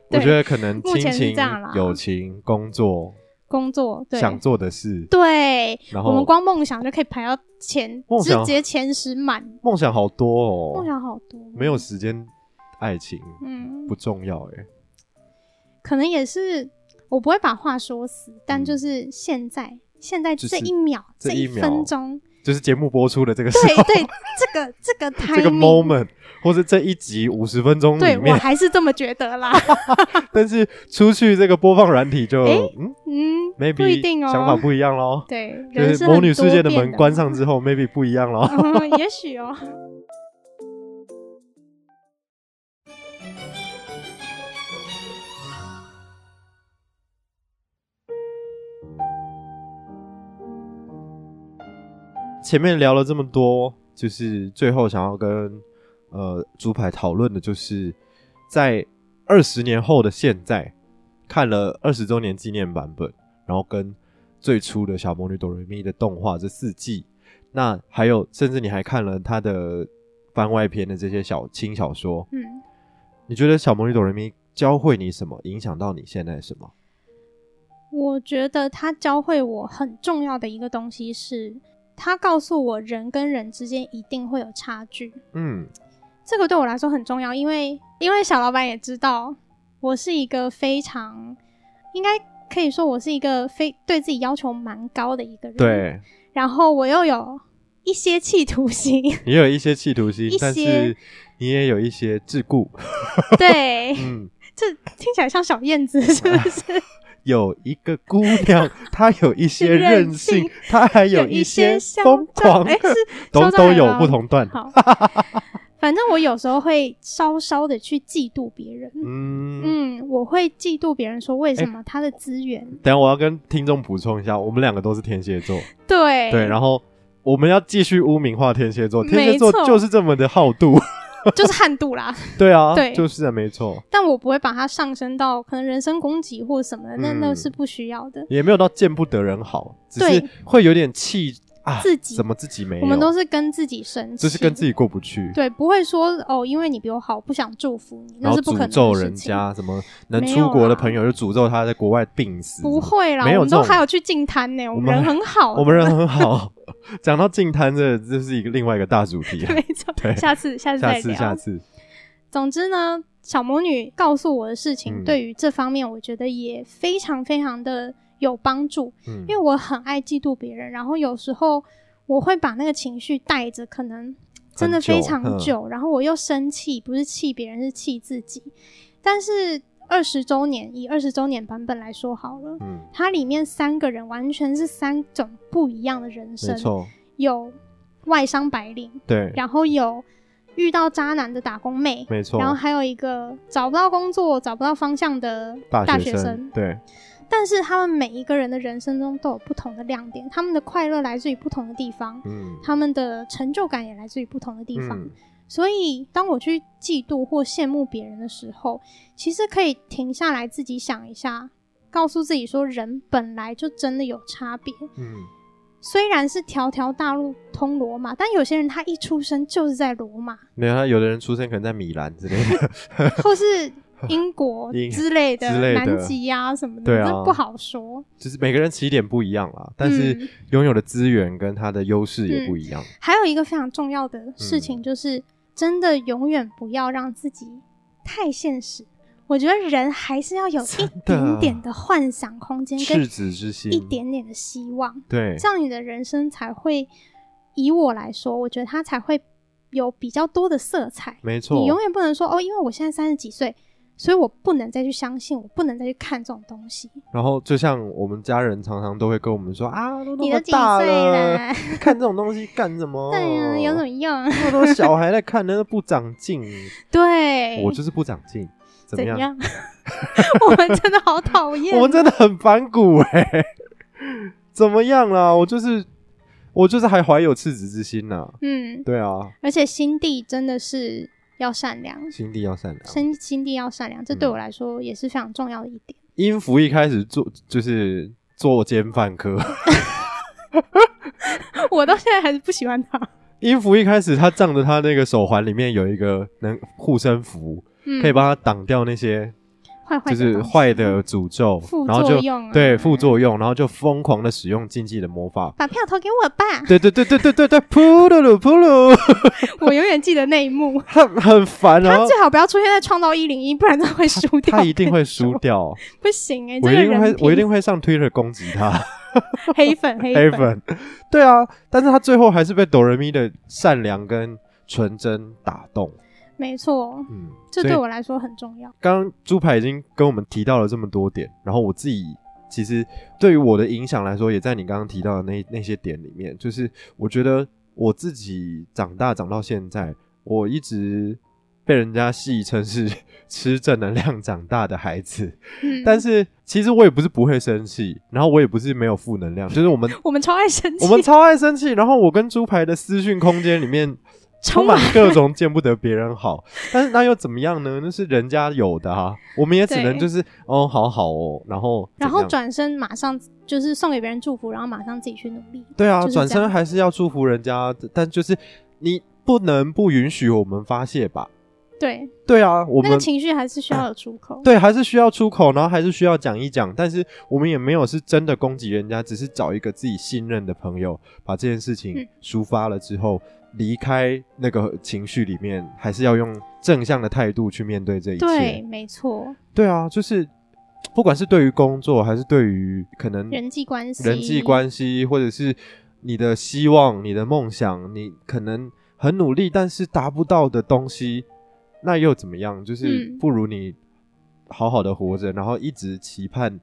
[SPEAKER 1] 我
[SPEAKER 2] 对
[SPEAKER 1] 觉得可能
[SPEAKER 2] 目
[SPEAKER 1] 亲
[SPEAKER 2] 前是
[SPEAKER 1] 情
[SPEAKER 2] 这样啦、
[SPEAKER 1] 友情、工作、
[SPEAKER 2] 工作，对
[SPEAKER 1] 想做的事，
[SPEAKER 2] 对，
[SPEAKER 1] 然
[SPEAKER 2] 我们
[SPEAKER 1] 后
[SPEAKER 2] 光梦想就可以排到前，
[SPEAKER 1] 梦
[SPEAKER 2] 直
[SPEAKER 1] 想
[SPEAKER 2] 接前十满。
[SPEAKER 1] 梦想好多哦，
[SPEAKER 2] 梦想好多，
[SPEAKER 1] 没有时间爱情
[SPEAKER 2] 嗯，
[SPEAKER 1] 不重要哎、
[SPEAKER 2] 可能也是我不会把话说死，但
[SPEAKER 1] 嗯
[SPEAKER 2] 就是现在，现在
[SPEAKER 1] 就
[SPEAKER 2] 这
[SPEAKER 1] 是
[SPEAKER 2] 一秒，
[SPEAKER 1] 这
[SPEAKER 2] 一
[SPEAKER 1] 一秒
[SPEAKER 2] 分 钟，
[SPEAKER 1] 就是节目播出的这个时
[SPEAKER 2] 对
[SPEAKER 1] 候，
[SPEAKER 2] 对，这个这个 timing，
[SPEAKER 1] 这个 moment，或者这一集五十分钟里
[SPEAKER 2] 对我
[SPEAKER 1] 面，
[SPEAKER 2] 还是这么觉 得啦。
[SPEAKER 1] 但是出去这个播放软体就、
[SPEAKER 2] 诶
[SPEAKER 1] 嗯
[SPEAKER 2] 嗯，
[SPEAKER 1] ，maybe
[SPEAKER 2] 不一定哦，
[SPEAKER 1] 想法不一样喽。
[SPEAKER 2] 对，
[SPEAKER 1] 就
[SPEAKER 2] 人
[SPEAKER 1] 是
[SPEAKER 2] 是
[SPEAKER 1] 魔
[SPEAKER 2] 很
[SPEAKER 1] 女世界
[SPEAKER 2] 多
[SPEAKER 1] 的
[SPEAKER 2] 变
[SPEAKER 1] 门关上 之后，maybe 不一样喽。
[SPEAKER 2] 嗯， 也许哦。
[SPEAKER 1] 前面聊了这么多，就是最后想要跟呃猪排讨论的，就是在二十年后的现在，看了二十周年纪念版本，然后跟最初的小魔女哆瑞咪的动画这四季，那还有甚至你还看了它的番外篇的这些小轻小说，
[SPEAKER 2] 嗯，
[SPEAKER 1] 你觉得小魔女哆瑞咪教会你什么，影响到你现在什么？
[SPEAKER 2] 我觉得他教会我很重要的一个东西是，他告诉我人跟人之间一定会有差距，
[SPEAKER 1] 嗯，
[SPEAKER 2] 这个对我来说很重要，因为因为小老板也知道我是一个非常，应该可以说我是一个非对自己要求蛮高的一个人，，
[SPEAKER 1] 对，
[SPEAKER 2] 然后我又有一些企 图心，
[SPEAKER 1] 你有一些企图心
[SPEAKER 2] 一，
[SPEAKER 1] 但
[SPEAKER 2] 些
[SPEAKER 1] 是你也有一些桎梏，
[SPEAKER 2] 对，
[SPEAKER 1] 嗯。
[SPEAKER 2] 这听起来像小燕子是不是？
[SPEAKER 1] 有一个姑娘，她有一些任性
[SPEAKER 2] 任性，
[SPEAKER 1] 她还有
[SPEAKER 2] 一
[SPEAKER 1] 些
[SPEAKER 2] 嚣
[SPEAKER 1] 疯
[SPEAKER 2] 张，
[SPEAKER 1] 狂
[SPEAKER 2] 哎、，是
[SPEAKER 1] 都
[SPEAKER 2] 嚣张
[SPEAKER 1] 都
[SPEAKER 2] 来
[SPEAKER 1] 有
[SPEAKER 2] 了
[SPEAKER 1] 不同段。
[SPEAKER 2] 好，反正我有时候会稍稍的去嫉妒别人。
[SPEAKER 1] 嗯，哎
[SPEAKER 2] 嗯，我会嫉妒别人说为什么他的资源、
[SPEAKER 1] 等一下我要跟听众补充一下，我们两个都是天蝎座，
[SPEAKER 2] 对
[SPEAKER 1] 对，然后我们要继续污名化天蝎座，
[SPEAKER 2] 哎没
[SPEAKER 1] 天蝎座
[SPEAKER 2] 错
[SPEAKER 1] 就是这么的好 妒，
[SPEAKER 2] 就是悍度啦。
[SPEAKER 1] 对啊，
[SPEAKER 2] 对
[SPEAKER 1] 就是啊，没错，
[SPEAKER 2] 但我不会把它上升到可能人身攻击或什么的，那、那
[SPEAKER 1] 嗯
[SPEAKER 2] 是不需要的。
[SPEAKER 1] 也没有到见不得人好，只
[SPEAKER 2] 对
[SPEAKER 1] 是会有点气啊，
[SPEAKER 2] 自己
[SPEAKER 1] 怎么自己没有，
[SPEAKER 2] 我们都是跟自己生气，
[SPEAKER 1] 就是跟自己过不去，
[SPEAKER 2] 对，不会说哦，因为你比我好，不想祝福你，
[SPEAKER 1] 然
[SPEAKER 2] 那
[SPEAKER 1] 后
[SPEAKER 2] 是不可
[SPEAKER 1] 诅
[SPEAKER 2] 能
[SPEAKER 1] 咒
[SPEAKER 2] 的事
[SPEAKER 1] 人
[SPEAKER 2] 情。
[SPEAKER 1] 家什么能
[SPEAKER 2] 没有
[SPEAKER 1] 出国的
[SPEAKER 2] 啦
[SPEAKER 1] 朋友就诅咒他在国外病死，
[SPEAKER 2] 不会啦，
[SPEAKER 1] 没有
[SPEAKER 2] 我们都
[SPEAKER 1] 这种
[SPEAKER 2] 还有去进摊呢，我们
[SPEAKER 1] 我们
[SPEAKER 2] 人很好的，啊
[SPEAKER 1] 我们人很好。 讲到净滩，这这是一个另外一个大主题、啊
[SPEAKER 2] 没。错
[SPEAKER 1] 对。
[SPEAKER 2] 下次下次
[SPEAKER 1] 下
[SPEAKER 2] 再
[SPEAKER 1] 次，
[SPEAKER 2] 聊。
[SPEAKER 1] 下次，
[SPEAKER 2] 总之呢，小魔女告诉我的事情，
[SPEAKER 1] 嗯
[SPEAKER 2] 对于这方面，我觉得也非常非常的有帮助，
[SPEAKER 1] 嗯
[SPEAKER 2] 因为我很爱嫉妒别人，然后有时候我会把那个情绪带着，可能真的非常
[SPEAKER 1] 很
[SPEAKER 2] 久，
[SPEAKER 1] 久
[SPEAKER 2] 然后我又生气，不是气别人，是气自己。但是二十周年，以二十周年版本来说好了。
[SPEAKER 1] 嗯，
[SPEAKER 2] 它里面三个人完全是三种不一样的人
[SPEAKER 1] 没
[SPEAKER 2] 生，
[SPEAKER 1] 错，
[SPEAKER 2] 有外商白领，
[SPEAKER 1] 对，
[SPEAKER 2] 然后有遇到渣男的打工妹，
[SPEAKER 1] 没错
[SPEAKER 2] 然，后还有一个找不到工作、找不到方向的
[SPEAKER 1] 大
[SPEAKER 2] 学
[SPEAKER 1] 生，对，
[SPEAKER 2] 但是他们每一个人的人生中都有不同的亮点，他们的快乐来自于不同的地方，
[SPEAKER 1] 嗯，
[SPEAKER 2] 他们的成就感也来自于不同的地方。
[SPEAKER 1] 嗯，
[SPEAKER 2] 所以，当我去嫉妒或羡慕别人的时候，其实可以停下来自己想一下，告诉自己说，人本来就真的有差别。
[SPEAKER 1] 嗯，
[SPEAKER 2] 虽然是条条大路通罗马，但有些人他一出生就是在罗 马，
[SPEAKER 1] 没有，他有的人出生可能在米兰之类的，
[SPEAKER 2] 或是英国
[SPEAKER 1] 英
[SPEAKER 2] 之类的、
[SPEAKER 1] 之类的
[SPEAKER 2] 南极呀、什么的，
[SPEAKER 1] 对啊
[SPEAKER 2] 这不好说。
[SPEAKER 1] 就是每个人起点不一样啦，但是
[SPEAKER 2] 嗯
[SPEAKER 1] 拥有的资源跟他的优势也不一样，
[SPEAKER 2] 还有一个非常重要的事情，
[SPEAKER 1] 嗯
[SPEAKER 2] 就是、真的永远不要让自己太现实。我觉得人还是要有一点点的幻想空间，
[SPEAKER 1] 赤
[SPEAKER 2] 跟
[SPEAKER 1] 子之心，
[SPEAKER 2] 一点点的希望，
[SPEAKER 1] 对
[SPEAKER 2] 这，样你的人生才会，以我来说，我觉得它才会有比较多的色彩。
[SPEAKER 1] 没错，
[SPEAKER 2] 你永远不能说哦，因为我现在三十几岁，所以我不能再去相信，我不能再去看这种东西。
[SPEAKER 1] 然后就像我们家人常常都会跟我们说啊，都那
[SPEAKER 2] 你都
[SPEAKER 1] 么
[SPEAKER 2] 几岁
[SPEAKER 1] 大了，哦
[SPEAKER 2] 啦？
[SPEAKER 1] 看这种东西干什么？
[SPEAKER 2] 对呀、有什 么用？
[SPEAKER 1] 那么多小孩在看，那都不长进。
[SPEAKER 2] 对，
[SPEAKER 1] 我就是不长进，怎么
[SPEAKER 2] 怎
[SPEAKER 1] 样？
[SPEAKER 2] 样？ 我们真的好讨厌。
[SPEAKER 1] 我们真的很反骨哎、怎么样啦？我就是我就是还怀有赤子之心呐、
[SPEAKER 2] 嗯，
[SPEAKER 1] 对啊，
[SPEAKER 2] 而且心地真的是要善良，
[SPEAKER 1] 心地要善良。
[SPEAKER 2] 身心地要善良，这对
[SPEAKER 1] 嗯
[SPEAKER 2] 我来说也是非常重要的一点。
[SPEAKER 1] 音符一开始做就是作奸犯科，
[SPEAKER 2] 我到现在还是不喜欢他。
[SPEAKER 1] 音符一开始他仗着他那个手环里面有一个能护身符，
[SPEAKER 2] 嗯，
[SPEAKER 1] 可以帮他挡掉那些
[SPEAKER 2] 坏
[SPEAKER 1] 就
[SPEAKER 2] 坏的
[SPEAKER 1] 是
[SPEAKER 2] 东西
[SPEAKER 1] 坏的诅咒
[SPEAKER 2] 副，
[SPEAKER 1] 然后就
[SPEAKER 2] 作用啊
[SPEAKER 1] 对副作用，然后就疯狂的使用禁忌的魔法。
[SPEAKER 2] 把票投给我吧！
[SPEAKER 1] 对对对对对对对，噗噜噜噗噜，
[SPEAKER 2] 我永远记得那一幕。
[SPEAKER 1] 很很烦。 然
[SPEAKER 2] 他
[SPEAKER 1] 后
[SPEAKER 2] 最好不要出现在创造一零一，不然他会输掉。
[SPEAKER 1] 他一定会输，掉，
[SPEAKER 2] 不行哎、欸，
[SPEAKER 1] 我
[SPEAKER 2] 这
[SPEAKER 1] 一
[SPEAKER 2] 个
[SPEAKER 1] 定
[SPEAKER 2] 人
[SPEAKER 1] 会
[SPEAKER 2] 品
[SPEAKER 1] 我一定会上 Twitter 攻击他
[SPEAKER 2] 黑粉 黑
[SPEAKER 1] 黑粉。对啊，但是他最后还是被哆瑞咪的善良跟纯真打动。
[SPEAKER 2] 没错，
[SPEAKER 1] 嗯，
[SPEAKER 2] 这
[SPEAKER 1] 所以
[SPEAKER 2] 对我来说很重要。
[SPEAKER 1] 刚刚猪排已经跟我们提到了这么多点，然后我自己其实对于我的影响来说，也在你刚刚提到的那那些点里面，就是我觉得我自己长大长到现在，我一直被人家戏称是吃正能量长大的孩子，
[SPEAKER 2] 嗯，
[SPEAKER 1] 但是其实我也不是不会生气，然后我也不是没有负能量，就是我们
[SPEAKER 2] 我们超爱生气，
[SPEAKER 1] 我们超爱生气，然后我跟猪排的私讯空间里面充
[SPEAKER 2] 充
[SPEAKER 1] 满各种见不得别人好，但是那又怎么样呢？那是人家有的啊，我们也只能
[SPEAKER 2] 对
[SPEAKER 1] 就是哦，好好哦，然后
[SPEAKER 2] 然
[SPEAKER 1] 怎
[SPEAKER 2] 后
[SPEAKER 1] 样
[SPEAKER 2] 转身马上就是送给别人祝福，然后马上自己去努力。
[SPEAKER 1] 对啊，
[SPEAKER 2] 就是
[SPEAKER 1] 转
[SPEAKER 2] 这样
[SPEAKER 1] 身还是要祝福人家，但就是你不能不允许我们发泄吧？
[SPEAKER 2] 对，
[SPEAKER 1] 对啊，我
[SPEAKER 2] 那
[SPEAKER 1] 们
[SPEAKER 2] 个情绪还是需要有出口。
[SPEAKER 1] 对，还是需要出口，然后还是需要讲一讲，但是我们也没有是真的攻击人家，只是找一个自己信任的朋友，把这件事情
[SPEAKER 2] 嗯
[SPEAKER 1] 抒发了之后，离开那个情绪里面，还是要用正向的态度去面对这一切。
[SPEAKER 2] 对，没错，
[SPEAKER 1] 对啊，就是不管是对于工作，还是对于可能
[SPEAKER 2] 人际关系，
[SPEAKER 1] 嗯人际关系，或者是你的希望、你的梦想，你可能很努力，但是达不到的东西，那又怎么样？就是
[SPEAKER 2] 嗯
[SPEAKER 1] 不如你好好的活着，然后一直期盼。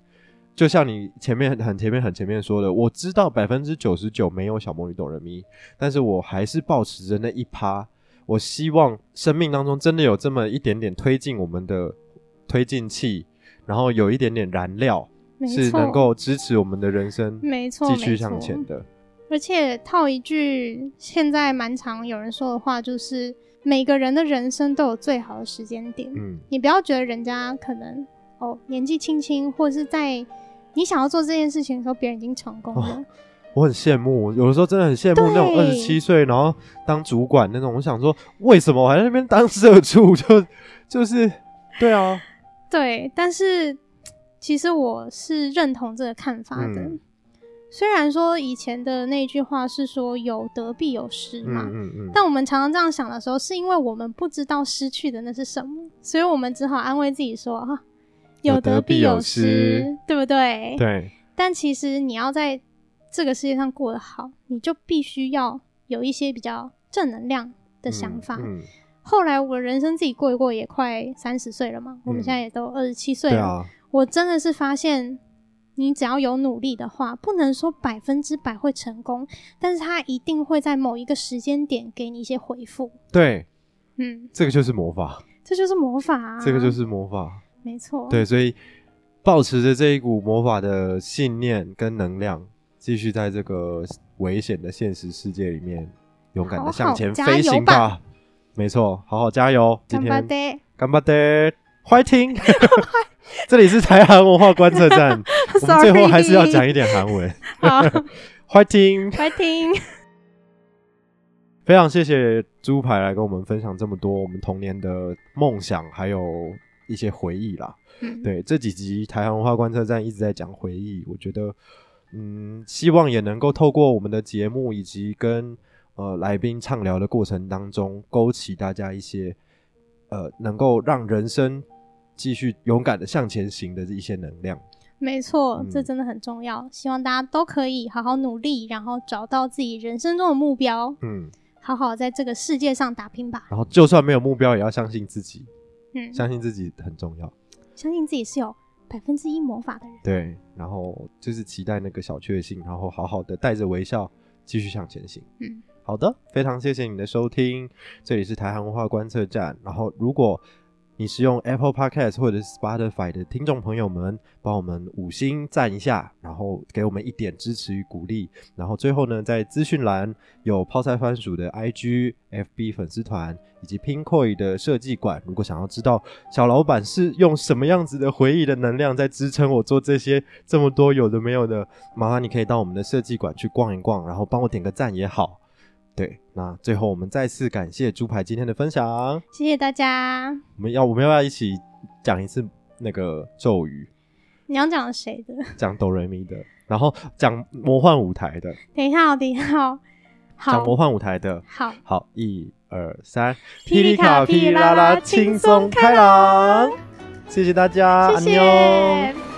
[SPEAKER 1] 就像你前面很前面很前面说的，我知道百分之九十九没有小魔女懂人迷，但是我还是保持着那一趴，我希望生命当中真的有这么一点点推进我们的推进器，然后有一点点燃料，
[SPEAKER 2] 没错
[SPEAKER 1] 是能够支持我们的人生
[SPEAKER 2] 没错，
[SPEAKER 1] 继
[SPEAKER 2] 没
[SPEAKER 1] 续向
[SPEAKER 2] 错
[SPEAKER 1] 前的。
[SPEAKER 2] 而且套一句现在蛮常有人说的话，就是每个人的人生都有最好的时间点。
[SPEAKER 1] 嗯，
[SPEAKER 2] 你不要觉得人家可能哦年纪轻轻，或是在你想要做这件事情的时候，别人已经成功
[SPEAKER 1] 哦
[SPEAKER 2] 了。
[SPEAKER 1] 我很羡慕，有的时候真的很羡慕那种二十
[SPEAKER 2] 对
[SPEAKER 1] 七岁然后当主管那种。我想说，为什么我还在那边当社畜？就就是对 啊，
[SPEAKER 2] 对，但是其实我是认同这个看法的。
[SPEAKER 1] 嗯
[SPEAKER 2] 虽然说以前的那句话是说有得必有失
[SPEAKER 1] 嗯
[SPEAKER 2] 嘛，
[SPEAKER 1] 嗯嗯，
[SPEAKER 2] 但我们常常这样想的时候，是因为我们不知道失去的那是什么，所以我们只好安慰自己说啊，
[SPEAKER 1] 有得
[SPEAKER 2] 得
[SPEAKER 1] 必
[SPEAKER 2] 必
[SPEAKER 1] 有
[SPEAKER 2] 有
[SPEAKER 1] 失
[SPEAKER 2] 失，对不对？
[SPEAKER 1] 对，
[SPEAKER 2] 但其实你要在这个世界上过得好，你就必须要有一些比较正能量的想法。
[SPEAKER 1] 嗯，嗯
[SPEAKER 2] 后来我人生自己过一过，也快三十岁了嘛，我们现在也都二十七岁
[SPEAKER 1] 嗯对
[SPEAKER 2] 了。
[SPEAKER 1] 啊，
[SPEAKER 2] 我真的是发现，你只要有努力的话，不能说百分之百会成功，但是它一定会在某一个时间点给你一些回复。
[SPEAKER 1] 对，
[SPEAKER 2] 嗯，
[SPEAKER 1] 这个就是魔法，
[SPEAKER 2] 这就是魔法、啊，
[SPEAKER 1] 这个就是魔法。
[SPEAKER 2] 没错。
[SPEAKER 1] 对，所以保持着这一股魔法的信念跟能量，继续在这个危险的现实世界里面勇敢的
[SPEAKER 2] 好
[SPEAKER 1] 向
[SPEAKER 2] 好
[SPEAKER 1] 前
[SPEAKER 2] 加
[SPEAKER 1] 飞
[SPEAKER 2] 油
[SPEAKER 1] 行
[SPEAKER 2] 吧
[SPEAKER 1] 吧。没错，好好加油！今
[SPEAKER 2] 干
[SPEAKER 1] 天
[SPEAKER 2] 巴爹，
[SPEAKER 1] 干巴爹，欢 迎！这里是台韩文化观测站，我们 最后还是要讲一点韩文。
[SPEAKER 2] 好，
[SPEAKER 1] 欢迎！
[SPEAKER 2] 快听，
[SPEAKER 1] 非常谢谢猪排来跟我们分享这么多我们童年的梦想，还有一些回忆啦。
[SPEAKER 2] 嗯，
[SPEAKER 1] 对，这几集台湾文化观测站一直在讲回忆，我觉得，嗯，希望也能够透过我们的节目以及跟呃来宾畅聊的过程当中，勾起大家一些呃能够让人生继续勇敢的向前行的一些能量。
[SPEAKER 2] 没错
[SPEAKER 1] 嗯，
[SPEAKER 2] 这真的很重要。希望大家都可以好好努力，然后找到自己人生中的目标，
[SPEAKER 1] 嗯，
[SPEAKER 2] 好好在这个世界上打拼吧。
[SPEAKER 1] 然后就算没有目标，也要相信自己，
[SPEAKER 2] 嗯，
[SPEAKER 1] 相信自己很重要。
[SPEAKER 2] 相信自己是有百分之一魔法的人。
[SPEAKER 1] 对，然后就是期待那个小确幸，然后好好的带着微笑继续向前行。
[SPEAKER 2] 嗯，
[SPEAKER 1] 好的，非常谢谢你的收听，这里是台韩文化观测站。然后，如果你是用 Apple Podcast 或者是 Spotify 的听众朋友们，帮我们五星赞一下，然后给我们一点支持与鼓励。然后最后呢，在资讯栏有泡菜番薯的 IG、FB 粉丝团以及 Pinkoi 的设计馆。如果想要知道小老板是用什么样子的回忆的能量在支撑我做这些这么多有的没有的，麻烦你可以到我们的设计馆去逛一逛，然后帮我点个赞也好。对，那最后我们再次感谢猪排今天的分享。啊
[SPEAKER 2] 谢谢大家，
[SPEAKER 1] 我们要我们要不要一起讲一次那个咒语，
[SPEAKER 2] 你要讲谁的？
[SPEAKER 1] 讲哆瑞咪的，然后讲魔幻舞台的，
[SPEAKER 2] 等一下、哦，等一下、哦，
[SPEAKER 1] 讲
[SPEAKER 2] 好
[SPEAKER 1] 魔幻舞台的。
[SPEAKER 2] 好，
[SPEAKER 1] 好，一二三，
[SPEAKER 2] 霹雳卡
[SPEAKER 1] 霹
[SPEAKER 2] 霹啦啦轻松开朗。
[SPEAKER 1] 谢谢大家，
[SPEAKER 2] 谢谢
[SPEAKER 1] 安妞。